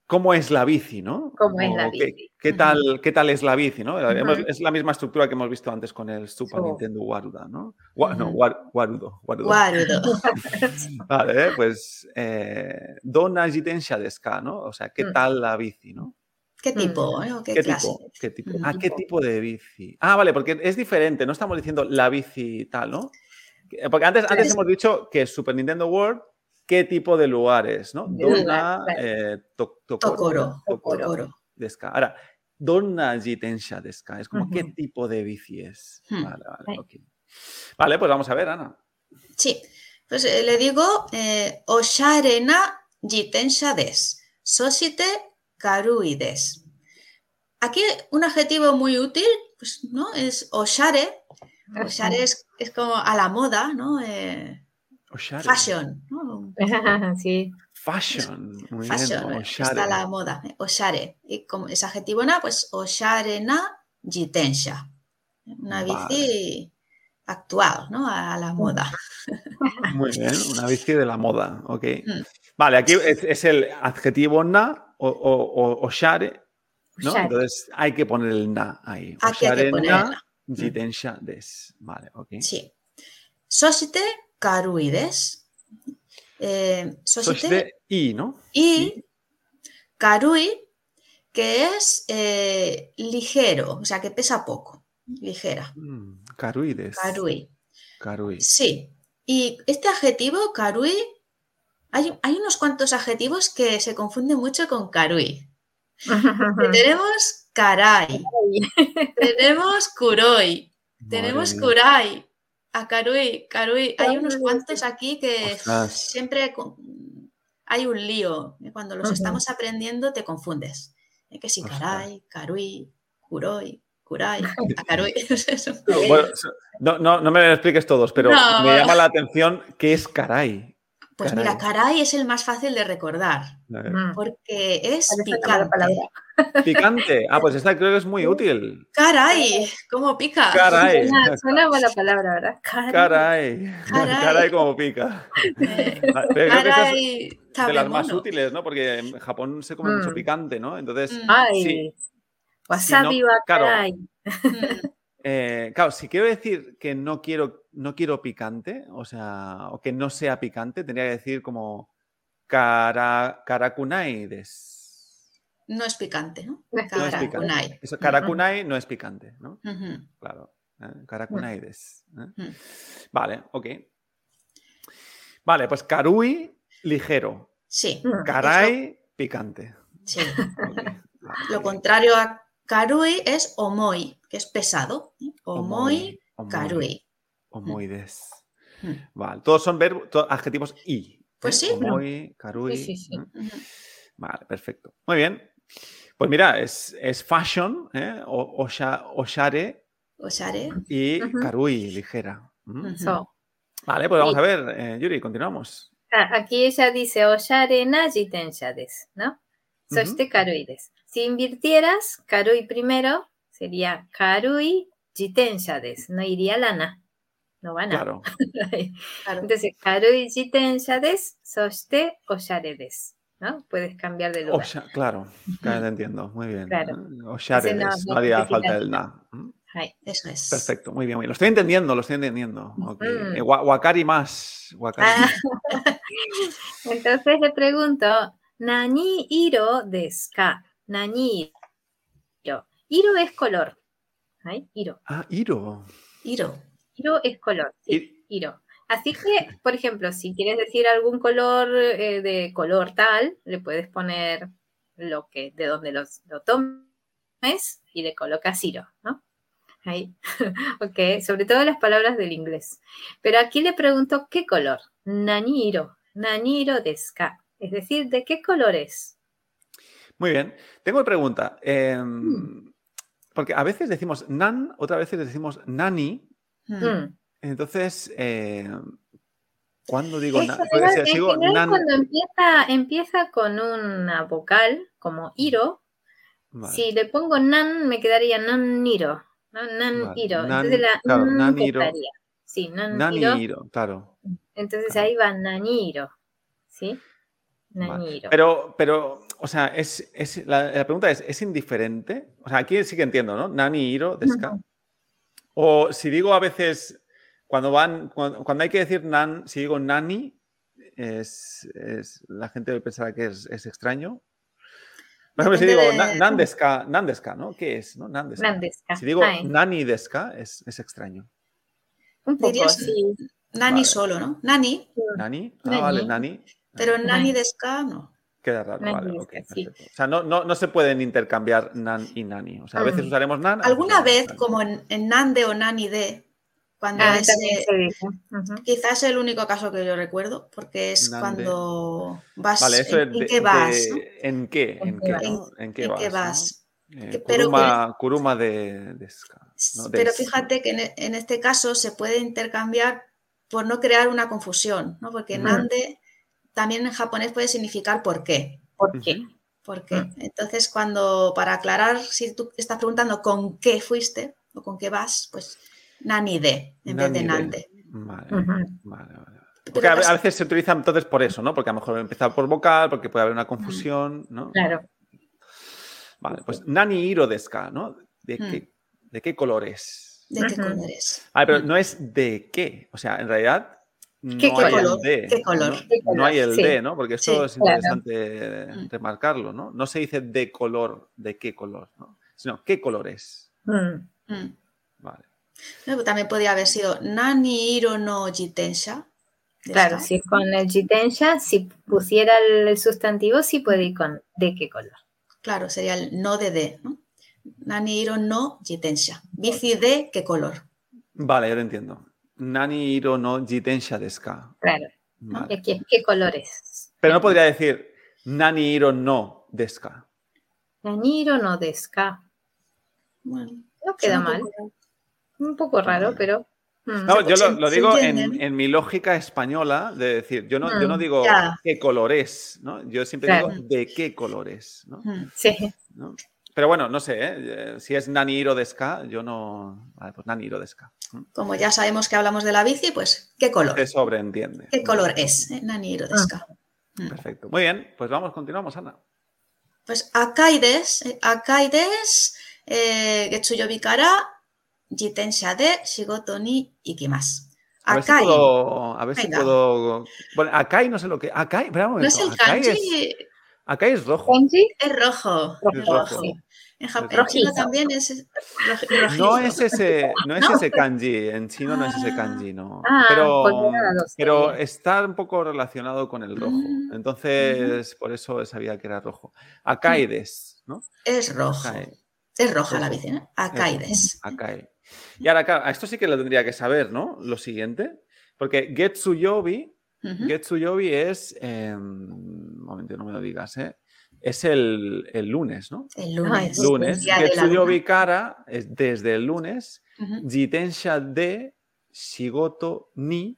cómo es la bici, no?
¿Cómo es la
O qué- [LAUGHS]
bici?
¿Qué,
Ujú.
tal, ¿Qué tal es la bici, no? Hemos-
Ujú.
Es la misma estructura que hemos visto antes con el Super
So.
Nintendo Waruda, ¿no? Wa- No,
Ujú.
War- Warudo. Warudo.
Guarudo.
[LAUGHS]
Vale, pues. Eh, Dona Jitensha desu ka, ¿no? O sea, ¿qué
Mm.
tal la bici, no?
¿Qué
Mm.
tipo? eh? ¿O qué,
¿Qué
clase?
tipo? ¿Qué tipo?
Ujú.
Ah, ¿qué tipo de bici? Ah, vale, porque es diferente, no estamos diciendo la bici y tal, ¿no? Que- eh, Porque antes, antes
Es-
hemos dicho que Super Nintendo World, ¿qué tipo de lugares, no?
De
Donna,
lugar,
eh, to-
Tokoro.
Tokoro
Tokoro.
desu ka. Ahora, Donna Jitensha desu ka, es como
Ujú.
qué tipo de bici es.
Hmm.
Vale, vale,
Sí.
ok. Vale, pues vamos a ver, Ana.
Sí, pues eh, le digo eh, oshare na jitensha des, soshite karui des. Aquí un adjetivo muy útil, pues, ¿no? Es oshare. Oshare es, Pues es como a la moda, ¿no? Eh,
Oshare.
fashion, ¿no?
sí.
Fashion. Muy
Fashion,
bien,
eh,
Oshare.
está a la moda, eh, oshare. Y como es adjetivo na, pues oshare na jitensha. Una bici actual, ¿no? A la moda.
Muy bien, una bici de la moda, ok.
Mm.
Vale, aquí es, es el adjetivo na o, o, o- o share, ¿no?
Share.
Entonces hay que poner el na ahí.
Aquí hay que
Oshare
poner
na,
na. Hmm.
jitensha des. Vale, ok.
Sí. Soshite karui des. Eh, soshite
Soshite i, ¿no?
y karui, que es eh, ligero, o sea, que pesa poco, ligera.
Mm, Karui des.
Karui.
Karui.
Sí. Y este adjetivo, karui, hay, hay unos cuantos adjetivos que se confunden mucho con karui.
[LAUGHS]
Tenemos karai, tenemos kuroi,
Madre
tenemos
mía.
kurai. A karui, karui. Hay unos
Karui.
cuantos aquí que
Ostras.
siempre co- hay un lío. ¿eh? Cuando los
Ujú.
estamos aprendiendo te confundes. ¿eh? Que si
Ostras.
caray, karui, kuroi,
[LAUGHS]
kurai, a karui. [LAUGHS] Es un
No,
lío.
bueno, so- no, no, no me lo expliques todos, pero
No.
me llama la atención que es caray.
pues mira, caray es el más fácil de recordar
A ver,
[LAUGHS] Mm.
porque es
Parece una mala
picante.
palabra.
Picante. Ah, pues esta creo que es muy útil.
Caray, ¿cómo pica? [LAUGHS]
Caray.
Suena, suena mala palabra, ¿verdad? Caray.
Caray.
Caray.
Caray, como pica. Ah,
Eh,
Pero creo que esa es
caray,
de las más
tabemono.
útiles, ¿no? Porque en Japón se come mucho
Mm.
picante, ¿no? Entonces,
Mm,
Ay,
Sí.
wasabi
Si no,
wa
claro.
caray.
mm.
eh, claro, si quiero decir que no quiero, no quiero picante, o sea, o que no sea picante, tendría que decir como cara, karakunai des.
No es picante, ¿no?
No es
No es picante.
Karakunai.
Eso, karakunai no es picante, ¿no?
Ujú.
Claro. ¿eh? Karakunaides.
Hmm.
¿eh? Vale, ok. Vale, pues karui, ligero.
Sí.
Mm.
Karai, picante.
Sí. [LAUGHS]
Ok, vale,
Lo
ok.
contrario a karui es omoi, que es pesado. ¿eh? Omoi,
Omoi,
karui. Hmm.
Omoides.
Mm.
Vale, todos son verbos, to- adjetivos i.
Pues sí.
Omoi, karui.
Sí, sí, sí.
¿eh?
Ujú.
Vale, perfecto. Muy bien. Pues mira, es, es fashion, ¿eh? o, osha- oshare
Oshare.
y
Ujú.
karui, ligera. ¿Mm?
[LAUGHS]
Ujú.
So,
Vale, pues vamos a ver, eh, Yuri, continuamos.
a- aquí ella dice, oshare naji tenshades, ¿no? Soshite karuides. Si invirtieras, karui primero, sería karui jitenshades. No iría la na. No van a.
Claro.
[LAUGHS]
Claro.
Entonces, karui jitenshades, soshite oshare des, ¿no? Puedes cambiar de lugar.
Osha- claro, claro, te entiendo. Muy bien.
Claro.
¿eh? Oshare,
Ese no-
es-
no
no haría
necesitas-
falta el na. ¿Mm?
Ay,
Eso es.
Perfecto, muy bien, muy bien. Lo estoy entendiendo, lo estoy entendiendo. Ok.
Mm.
Eh, wa- wakari más. Wakari
Ah.
más.
Entonces le pregunto, ¿nani iro desu ka? ¿Nani iro? Iro es color. Ay, iro.
Ah, Iro.
Iro.
Iro es color. Sí,
I-
iro. Así que, por ejemplo, si quieres decir algún color eh, de color tal, le puedes poner lo que, de donde los, lo tomes y le colocas iro, ¿no? Ahí. [LAUGHS] ok, sobre todo las palabras del inglés. Pero aquí le pregunto qué color. Nani iro. Nani iro desu ka? Es decir, ¿de qué color es?
Muy bien. Tengo una pregunta. eh,
Mm.
porque a veces decimos nan, otras veces decimos nani.
Mm.
Mm.
Entonces, eh, ¿cuándo digo
Eso
na-
es
puede
verdad,
ser,
en
digo
general,
nan?
cuando empieza, empieza con una vocal como iro,
Vale.
si le pongo nan me quedaría nan niro, ¿no? nan
Vale,
iro,
nan-
entonces la
claro,
nan
nan
te
iro.
estaría. sí, nan
Nani
iro,
Iro, claro.
entonces
claro.
ahí va nan iro, sí, nan
Vale.
iro.
Pero, pero, o sea, es, es- la, la pregunta es, ¿es indiferente? O sea, aquí sí que entiendo, ¿no? Nani Iro, Deska. O si digo a veces, cuando van, cuando, cuando hay que decir nan, si digo nani, es, es- la gente pensará que es, es extraño. Por ejemplo, si digo
Depende
na-
de-
nan deska, nan deska, ¿no? ¿Qué es? No? Nan deska.
Nan desu ka.
Si digo
Ay,
nani deska, es, es extraño.
un poco,
Dirías-
sí.
Nani
Vale.
solo, ¿no? Nani,
Nani, ah,
Nani.
vale, nani.
pero Nani
Nani.
de ska no.
Queda raro,
Nani
vale,
es
ok,
que sí.
perfecto. O sea, no, no, no se pueden intercambiar nan y nani. O sea, a veces
Mm.
usaremos nan. a veces
Alguna
usaremos
vez,
nani.
como en, en Nande o Nani de, cuando
Ah,
es,
también
eh,
se dice. Ujú.
Quizás el único caso que yo recuerdo, porque es
Nande.
cuando vas.
Vale, eso
¿En,
es
en
de-
qué vas?
de-
¿no?
¿En qué?
¿En
¿En
qué
qué,
vas?
no? ¿En qué
¿En
vas?
qué
no?
vas?
Eh,
Que- pero
Kuruma, Kuruma de, de ska, ¿no?
Pero
Des-
fíjate que en, e- en este caso se puede intercambiar por no crear una confusión, ¿no? Porque
Ujú.
Nande también en japonés puede significar por qué.
¿Por qué?
¿Por qué?
Mm.
Ujú.
Entonces, cuando para aclarar, si tú estás preguntando con qué fuiste o con qué vas, pues Nani de, en vez de
Nani de.
Nande.
Vale,
Ujú.
vale, vale. Porque
Mm. Pero pues,
a, ve-
casi-
a veces se utiliza entonces por eso, ¿no? Porque a lo mejor empieza por vocal, porque puede haber
Mm.
una confusión, ¿no?
Claro.
Vale, pues nani iro deska, ¿no? ¿De
Mm.
qué, ¿De qué color es?
¿De qué
Ujú.
color es? Mm.
Ah, pero no es de qué. O sea, en realidad no
¿Qué
hay
color?
el de.
¿Qué color?
¿no?
¿Qué
No,
color?
hay el
Sí.
de, ¿no? Porque esto
Sí,
es
claro.
interesante
Mm.
remarcarlo, ¿no? No se dice de color, de qué color, ¿no? Sino qué color es.
Mm.
Mm.
Vale.
No, pero también podría haber sido Nani Iro no Jitensha. Ya
Claro,
está.
si es con el jitensha, si pusiera el sustantivo, sí puede ir con de qué color.
Claro, sería el no de de. ¿no? Nani Iro no Jitensha. Bici de qué color.
Vale, ya lo entiendo. Nani iro no jitensha desu ka.
Claro. ¿no? Y
Vale.
aquí es qué color es.
Pero no podría decir nani iro no desu ka.
Naniro no desca.
Bueno,
No queda
suena
mal.
un poco-
Un poco raro, pero. mm.
No, yo lo,
se-
lo
se
digo en,
entiende, ¿no?
en mi lógica española de decir, yo no, yo
Mm,
no digo
ya.
qué color es, ¿no? Yo siempre
Claro.
digo de qué color es, ¿no?
Mm.
Sí.
¿no? Pero bueno, no sé, ¿eh? Eh, si es Nani Hiro de Ska, yo no. Vale, pues Nani Hiro de Ska. Mm.
Como ya sabemos que hablamos de la bici, pues qué color.
Se sobreentiende.
¿Qué color es? eh? Nani
Ah.
Iro de ska. Mm.
Perfecto. Muy bien, pues vamos, continuamos, Ana.
Pues Akaides, eh, Akaides, eh, Getsuyo Bikara, Jitensha de Shigoto ni Ikimasu.
A ver si
Akai.
puedo. A ver si
Venga.
puedo. Bueno, Akai no sé lo que. Akai, espera un
No
momento.
es el
Akai
kanji,
es, Akai es rojo.
Kanji,
es rojo.
rojo,
Es rojo.
sí.
En, Jap- en China también es roj- rojizo.
No es ese, no es ese kanji, en chino no es ese kanji, no.
Ah,
pero,
pues nada, lo sé.
pero está un poco relacionado con el rojo.
Mm.
Entonces, por eso sabía que era rojo. Acaides, ¿no?
Es rojo.
Acae,
Es roja la bici, ¿no? Acaides.
acae. Ah, Y ahora, claro, a esto sí que lo tendría que saber, ¿no? Lo siguiente. Porque Getsuyobi,
Ujú.
Getsuyobi es. eh, un momento, no me lo digas, ¿eh? Es el, el lunes, ¿no?
El
Ah,
lunes.
es
Lunes.
el día de la luna.
Getsuyobi Kara es desde el lunes.
Ujú.
Jitensha de Shigoto ni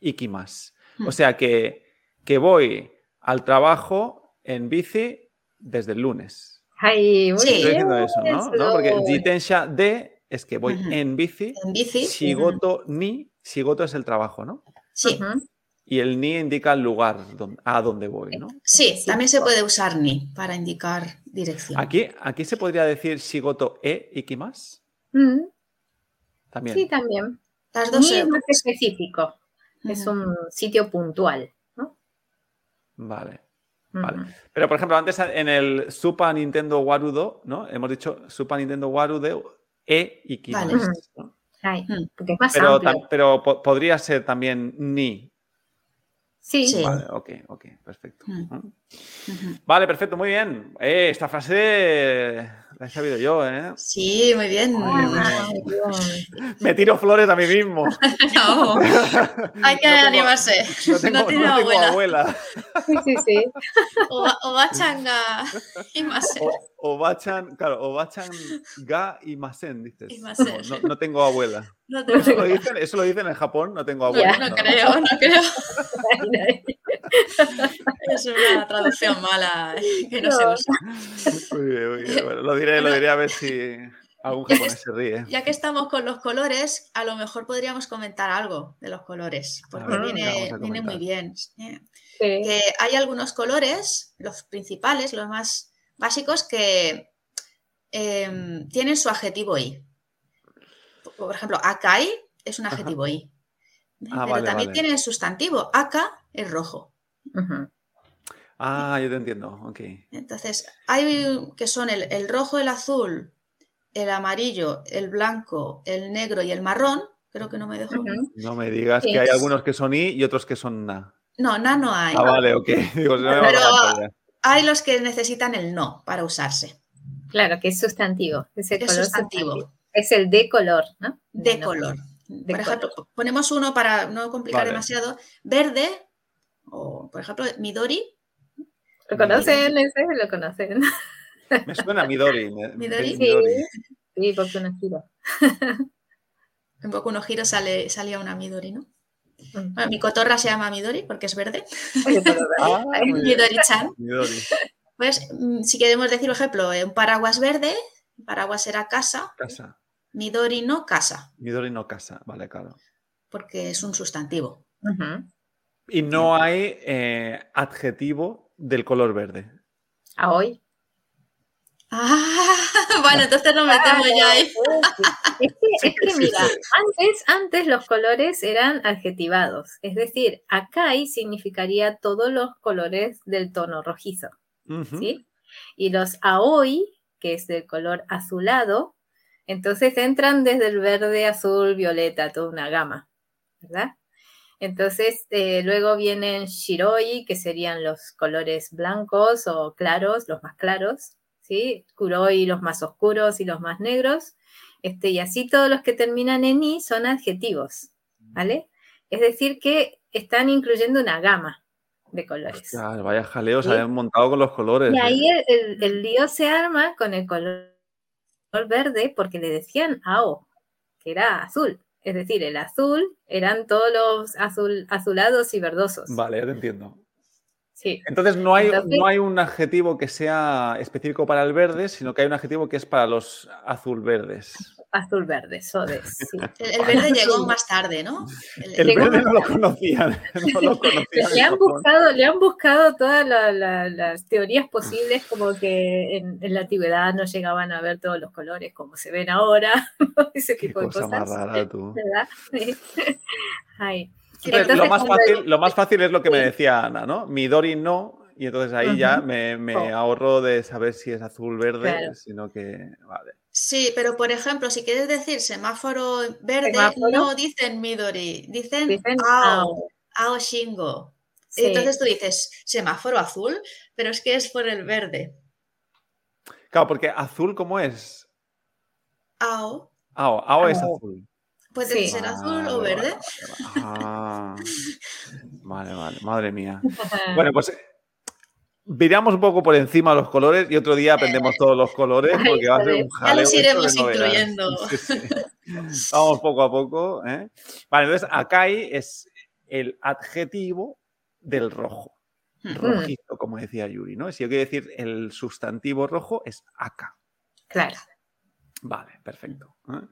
Ikimas.
Hmm.
O sea que, que voy al trabajo en bici desde el lunes.
Ay, muy
Sí.
Estoy diciendo
bien,
eso, ¿no? ¿No?
eso.
Porque Jitensha de es que voy
Ujú.
en bici.
En bici.
Shigoto ni, Shigoto es el trabajo, ¿no?
Sí.
Ujú.
Y el ni indica el lugar don- a donde voy, ¿no?
Sí,
Sí.
también se puede usar ni para indicar dirección.
Aquí, aquí se podría decir Shigoto e Ikimas
Mm,
también.
Sí, también.
Las dos
Ni
se-
es más específico.
Ujú.
Es un sitio puntual.
Vale.
Ujú.
Vale. Pero, por ejemplo, antes en el Super Nintendo Warudo, ¿no? Hemos dicho Super Nintendo Warudo e Ikimas.
Vale.
¿no?
Ay,
Mm.
porque es más
Pero,
amplio.
tam- pero po- podría ser también ni.
Sí. Ah,
Sí.
Vale, ok, ok, perfecto.
Mm.
¿Mm?
Ujú.
Vale, perfecto, muy bien. Eh, esta frase la he sabido yo, ¿eh?
Sí, muy bien. [LAUGHS]
Ah,
Ay,
bien.
Me tiro flores a mí mismo.
No, hay que
No tengo-
animarse.
No tengo,
No tiene
no tengo
abuela.
abuela.
Sí, sí, [LAUGHS] sí.
O, ba- o bachanga y más. [LAUGHS]
O, Obachan, claro, Obachan ga y masen, dices.
Imasen.
No, no- no tengo abuela.
No te
Eso lo,
no,
dicen, eso lo dicen en Japón, no tengo abuela.
no, no creo, no creo.
Ay, ay.
Es una traducción mala eh, que no se
No.
usa.
Muy bien, muy bien. Bueno, lo diré, lo diré a ver si algún japonés se ríe.
Ya que estamos con los colores, a lo mejor podríamos comentar algo de los colores, porque
ver, ¿qué
viene,
vamos a
viene muy
comentar?
bien. ¿eh?
Sí.
que hay algunos colores, los principales, los más básicos, que em, tienen su adjetivo I. Por ejemplo, akai es un adjetivo I. ¿eh?
Ah,
Pero
vale,
también
vale.
tiene el sustantivo. Aka es rojo.
Ujú.
Ah, yo te entiendo. Ok.
Entonces, hay que son el, el rojo, el azul, el amarillo, el blanco, el negro y el marrón. Creo que no me dejo.
Ujú.
No me digas
Sí.
que hay algunos que son i y otros que son na.
No, na no hay.
Ah, vale, ok. [LAUGHS] Digo, si no me va a
Pero-
pasar ya.
Hay los que necesitan el no para usarse.
Claro, que es sustantivo. Es el
Es
color
sustantivo.
Es el de color, ¿no?
de
No.
color.
de
por ejemplo, ponemos uno para no complicar
Vale.
demasiado. Verde, o por ejemplo, Midori.
¿Lo conocen? ¿Ese? ¿Lo conocen? [LAUGHS]
Me suena Midori. me-
Midori.
Midori.
Sí, porque uno gira.
En poco unos giros sale, salía una Midori, ¿no?
[LAUGHS]
Bueno, mi cotorra se llama Midori porque es verde.
Ah, muy bien.
Midori-chan.
Midori.
Pues mm, si queremos decir, por ejemplo, eh, un paraguas verde, el paraguas era casa,
Casa.
Midori no casa,
Midori no casa. Vale, claro.
porque es un sustantivo.
Ujú.
Y no hay eh, adjetivo del color verde.
A hoy.
Ah, [LAUGHS] bueno, entonces nos metemos ya ahí.
Es que, es que mira, antes, antes los colores eran adjetivados. Es decir, acai significaría todos los colores del tono rojizo.
Ujú.
¿sí? Y los aoi, que es del color azulado, entonces entran desde el verde, azul, violeta, toda una gama, ¿verdad? Entonces, eh, luego vienen shiroi, que serían los colores blancos o claros, los más claros, ¿sí? Kuroi, los más oscuros y los más negros. Este, y así todos los que terminan en i son adjetivos, ¿vale? Es decir, que están incluyendo una gama de colores.
Ostras, vaya jaleo, se
Sí.
habían montado con los colores.
Y
¿eh?
ahí el, el- el lío se arma con el color verde porque le decían AO, que era azul. Es decir, el azul eran todos los azul, azulados y verdosos.
Vale, ya te entiendo.
Sí,
Entonces no hay,
Entonces-
no hay un adjetivo que sea específico para el verde, sino que hay un adjetivo que es para los azul-verdes.
azul verde, sodes.
[LAUGHS]
sí.
El, el verde llegó más tarde, ¿no? El-
El
Tengo
verde no
una-
lo conocían. [LAUGHS]
[LAUGHS]
No lo conocían en
Le han,
Japón.
buscado, le han buscado todas la- la- las teorías posibles, como que en, en la antigüedad no llegaban a ver todos los colores como se ven ahora, [LAUGHS] ese
Qué
este tipo de
cosa más
cosas.
rara tú.
¿Verdad? [LAUGHS] Sí. Ay.
Entonces, lo,
Entonces,
más
cuando-
fácil, lo más fácil es lo que me decía Ana, ¿no? Midori no Y entonces ahí
Ujú.
ya me, me
Oh.
ahorro de saber si es azul, verde,
Claro.
sino que. Vale.
Sí, pero por ejemplo, si quieres decir semáforo verde,
Semáforo.
no dicen Midori, dicen,
Dicen,
Ao,
"Au".
Ao Shingo.
Sí.
Entonces tú dices semáforo azul, pero es que es por el verde.
Claro, porque azul, ¿cómo es? Ah,
Ao
Ao, ao es
Ao.
azul.
puede
Sí.
ser azul
Vale,
o
vale,
verde.
vale, vale. Ah. Vale, vale, madre mía. Bueno, pues viramos un poco por encima los colores y otro día
[LAUGHS]
aprendemos todos los colores
Ay,
porque va a ser
joder,
un
Ya
jaleo.
los
esto de
iremos
no veras.
incluyendo.
Sí, sí. Vamos poco a poco. ¿eh? Vale, entonces acai es el adjetivo del rojo.
Ujú.
Rojizo, como decía Yuri, ¿no? Si yo quiero decir el sustantivo rojo es acá.
Claro.
Vale, perfecto. ¿eh?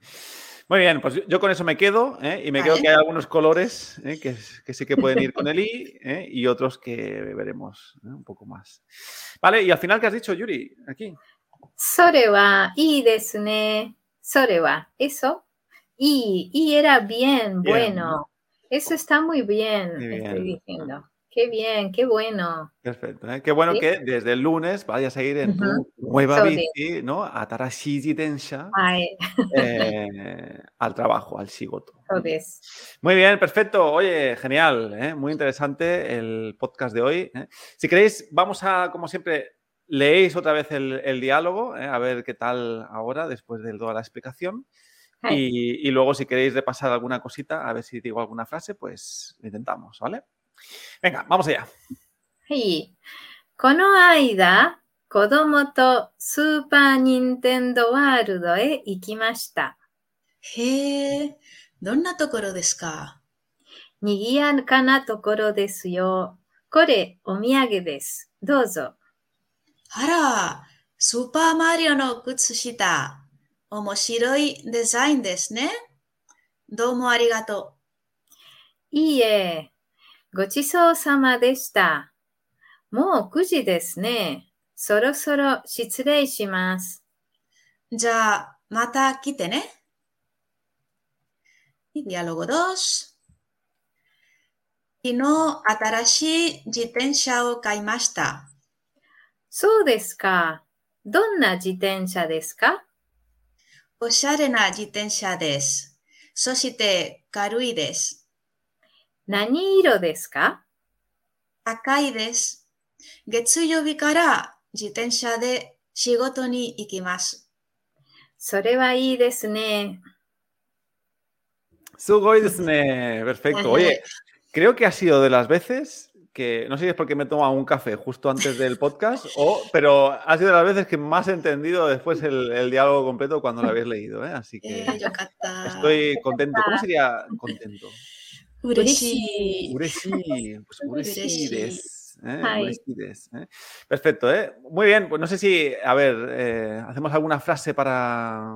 Muy bien, pues yo- yo con eso me quedo ¿eh? y me quedo
Vale.
que hay algunos colores ¿eh? que, s- que sí que pueden ir con el I ¿eh? y otros que veremos ¿eh? un poco más. Vale, y al final, ¿qué has dicho, Yuri? Aquí.
Soreba, y desne. Soreba, eso. Y, y era bien,
Bien,
bueno. Eso está muy bien,
Qué
estoy
bien.
diciendo. Qué bien, qué bueno.
Perfecto. ¿eh? Qué bueno
Sí.
que desde el lunes vayas a ir en tu
Ujú.
nueva
Sobre.
bici, ¿no? A Tarashiji
[LAUGHS]
Tensha
Ay,
eh, al trabajo, al Shigoto.
eso es.
Muy bien, perfecto. Oye, genial, ¿eh? muy interesante el podcast de hoy. ¿eh? Si queréis, vamos a, como siempre, leéis otra vez el, el diálogo, ¿eh? a ver qué tal ahora, después de toda la explicación.
Ay,
Y, y luego, si queréis repasar alguna cosita, a ver si digo alguna frase, pues lo intentamos, ¿vale? Venga, vamos allá.
ay. この間、子供とスーパーニンテンドワールドへ行きました。
へえ、どんなところですか
にぎやかなところですよ。これ、お土産です。どうぞ。
あら、スーパーマリオの靴下。面白いデザインですね。どうもありがと
いいえ。ごちそうさまでした。もう9時ですね。そろそろ失礼します。
う。じゃあ、また来てね。Diálogo 2. 昨日、新しい自転車を買いました。
そうですか。どんな自転車ですか
おしゃれな自転車です。そして、軽いです。
何色ですか
高いです。月曜日から自転車で仕事に行きます。
それはいいですね。
Sugoi desne. Perfecto. Oye, creo que ha sido de las veces que, no sé si es porque me he tomado un café justo antes del podcast, o, pero ha sido de las veces que más he entendido después el, el diálogo completo cuando lo habéis leído. ¿eh? Así
え
que
ー、よかった。
estoy contento. ¿Cómo sería contento?
嬉しい。
Uresi, pues
Uresi.
uresides, ¿eh?
Ay.
Uresides, ¿eh? Perfecto, ¿eh? Muy bien, pues no sé si, a ver, eh, hacemos alguna frase para,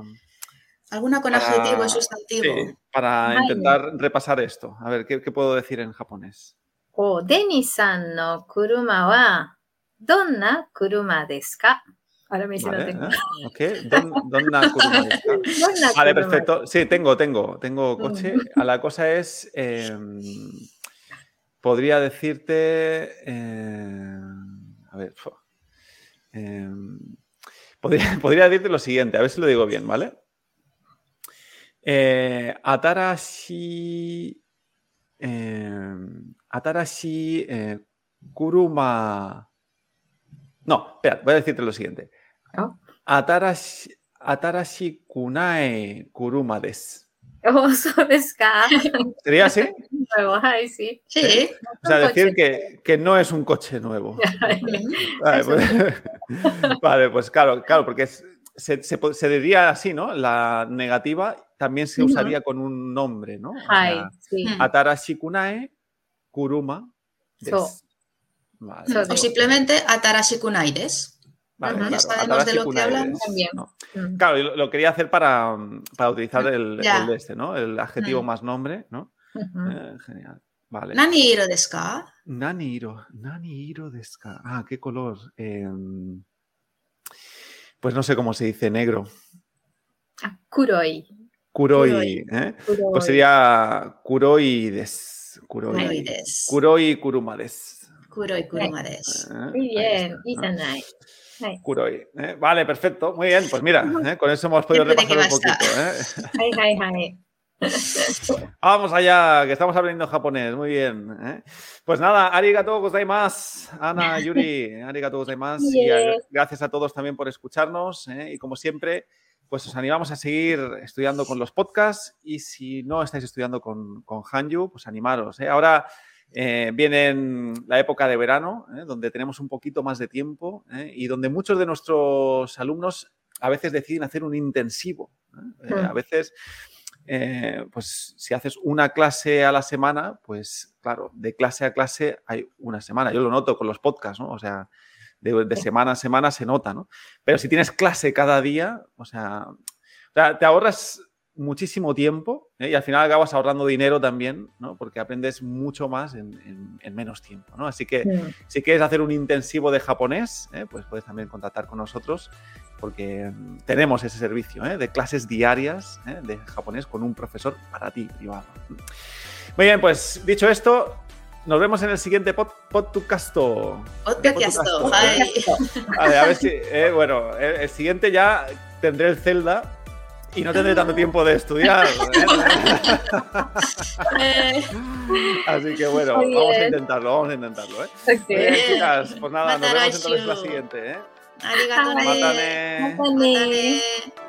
¿Alguna con
Ah,
adjetivo y
sí,
sustantivo?
para
Vale.
intentar repasar esto. A ver, ¿qué- qué puedo decir en japonés?
おデニさんの車はどんな車ですかあら、飯の
Vale,
手
¿eh? Ok, don- donna curva de esta.
どんな車
Vale, perfecto. Sí, tengo, tengo, tengo coche. A la cosa es, eh, podría decirte, eh, a ver, fo- eh, podría, [LAUGHS] podría decirte lo siguiente, a ver si lo digo bien, ¿vale? Eh, atarashi, eh, atarashi, eh, kuruma. No, espera, voy a decirte lo siguiente.
Ah.
Atarashi, atarashi kunae kuruma des.
おそうですか
¿Sería
[LAUGHS]
así?
はい、sí.
sí.
O sea,
Un coche.
decir que, que no es un coche
[LAUGHS]
nuevo. Vale,
Eso.
pues, [LAUGHS] vale, pues claro, claro, porque es- se, se po- se diría así, ¿no? La negativa también se
Ujú.
usaría con un nombre, ¿no? O
はい、
sea, atarashi
sí.
kunae kuruma des.
So.
Vale,
So
[LAUGHS] O
des.
simplemente atarashikunaides.
vale,
Ajá.
claro,
Ya sabemos de
atarashi
lo que
kunae
hablamos.
des,
También.
¿no?
うん、
Claro, y lo, lo quería hacer para, mm, para utilizar el,
Ya.
el de este, ¿no? El adjetivo
Mm.
más nombre, ¿no?
うん
Eh, genial. Vale.
¿Nani iro desu ka?
Nani hiro, nani hiro desu ka? Ah, qué color. Em, pues no sé cómo se dice negro.
あ黒い。
Kuroi.
Kuroi.
¿eh?
黒い
Pues sería kuroi des. Kuroi.
Kuroi desu.
Kuroi kuruma des.
Kuroi kuruma desu.
¿eh? Ahí
Muy bien,
está, ¿eh?
Isanai.
Kuroi, ¿eh? Vale, perfecto. Muy bien, pues mira, ¿eh? con eso hemos podido
Siempre te
repasar un
quedas.
poquito. ¿eh?
Hai, hai, hai.
Ah, Vamos allá, que estamos aprendiendo japonés. Muy bien. ¿eh? Pues nada, arigato gozaimasu, Ana, Yuri, arigato gozaimasu. Y a-
Yes.
gracias a todos también por escucharnos. ¿eh? Y como siempre, pues os animamos a seguir estudiando con los podcasts. Y si no estáis estudiando con, con Hanyu, pues animaros. ¿eh? Ahora eh, viene la época de verano, ¿eh? donde tenemos un poquito más de tiempo ¿eh? y donde muchos de nuestros alumnos a veces deciden hacer un intensivo. ¿eh? Eh,
Mm.
a veces eh, pues si haces una clase a la semana, pues claro, de clase a clase hay una semana. Yo lo noto con los podcasts, ¿no? O sea, de, de semana a semana se nota, ¿no? Pero si tienes clase cada día, o sea, o sea, te ahorras muchísimo tiempo ¿eh? y al final acabas ahorrando dinero también, ¿no? Porque aprendes mucho más en, en- en menos tiempo, ¿no? Así que [LAUGHS]
Mm.
si quieres hacer un intensivo de japonés, ¿eh? pues puedes también contactar con nosotros porque mm, tenemos ese servicio ¿eh? de clases diarias ¿eh? de japonés con un profesor para ti privado. Muy bien, pues dicho esto, nos vemos en el siguiente pod podcasto.
Otkakiasto, hai.
Vale, a ver si. eh, bueno, el, el siguiente ya tendré el Zelda y no tendré tanto tiempo de
[LAUGHS]
estudiar. ¿eh?
Eh,
Así que bueno,
Muy
vamos a
bien.
intentarlo, vamos a intentarlo. ¿eh?
Ok.
Muy bien, chicas, pues nada, nos vemos
Matarashu.
entonces en la siguiente. ¿eh?
[LAUGHS] Arigato
Matane.
Mátame.
Matane.
Matane.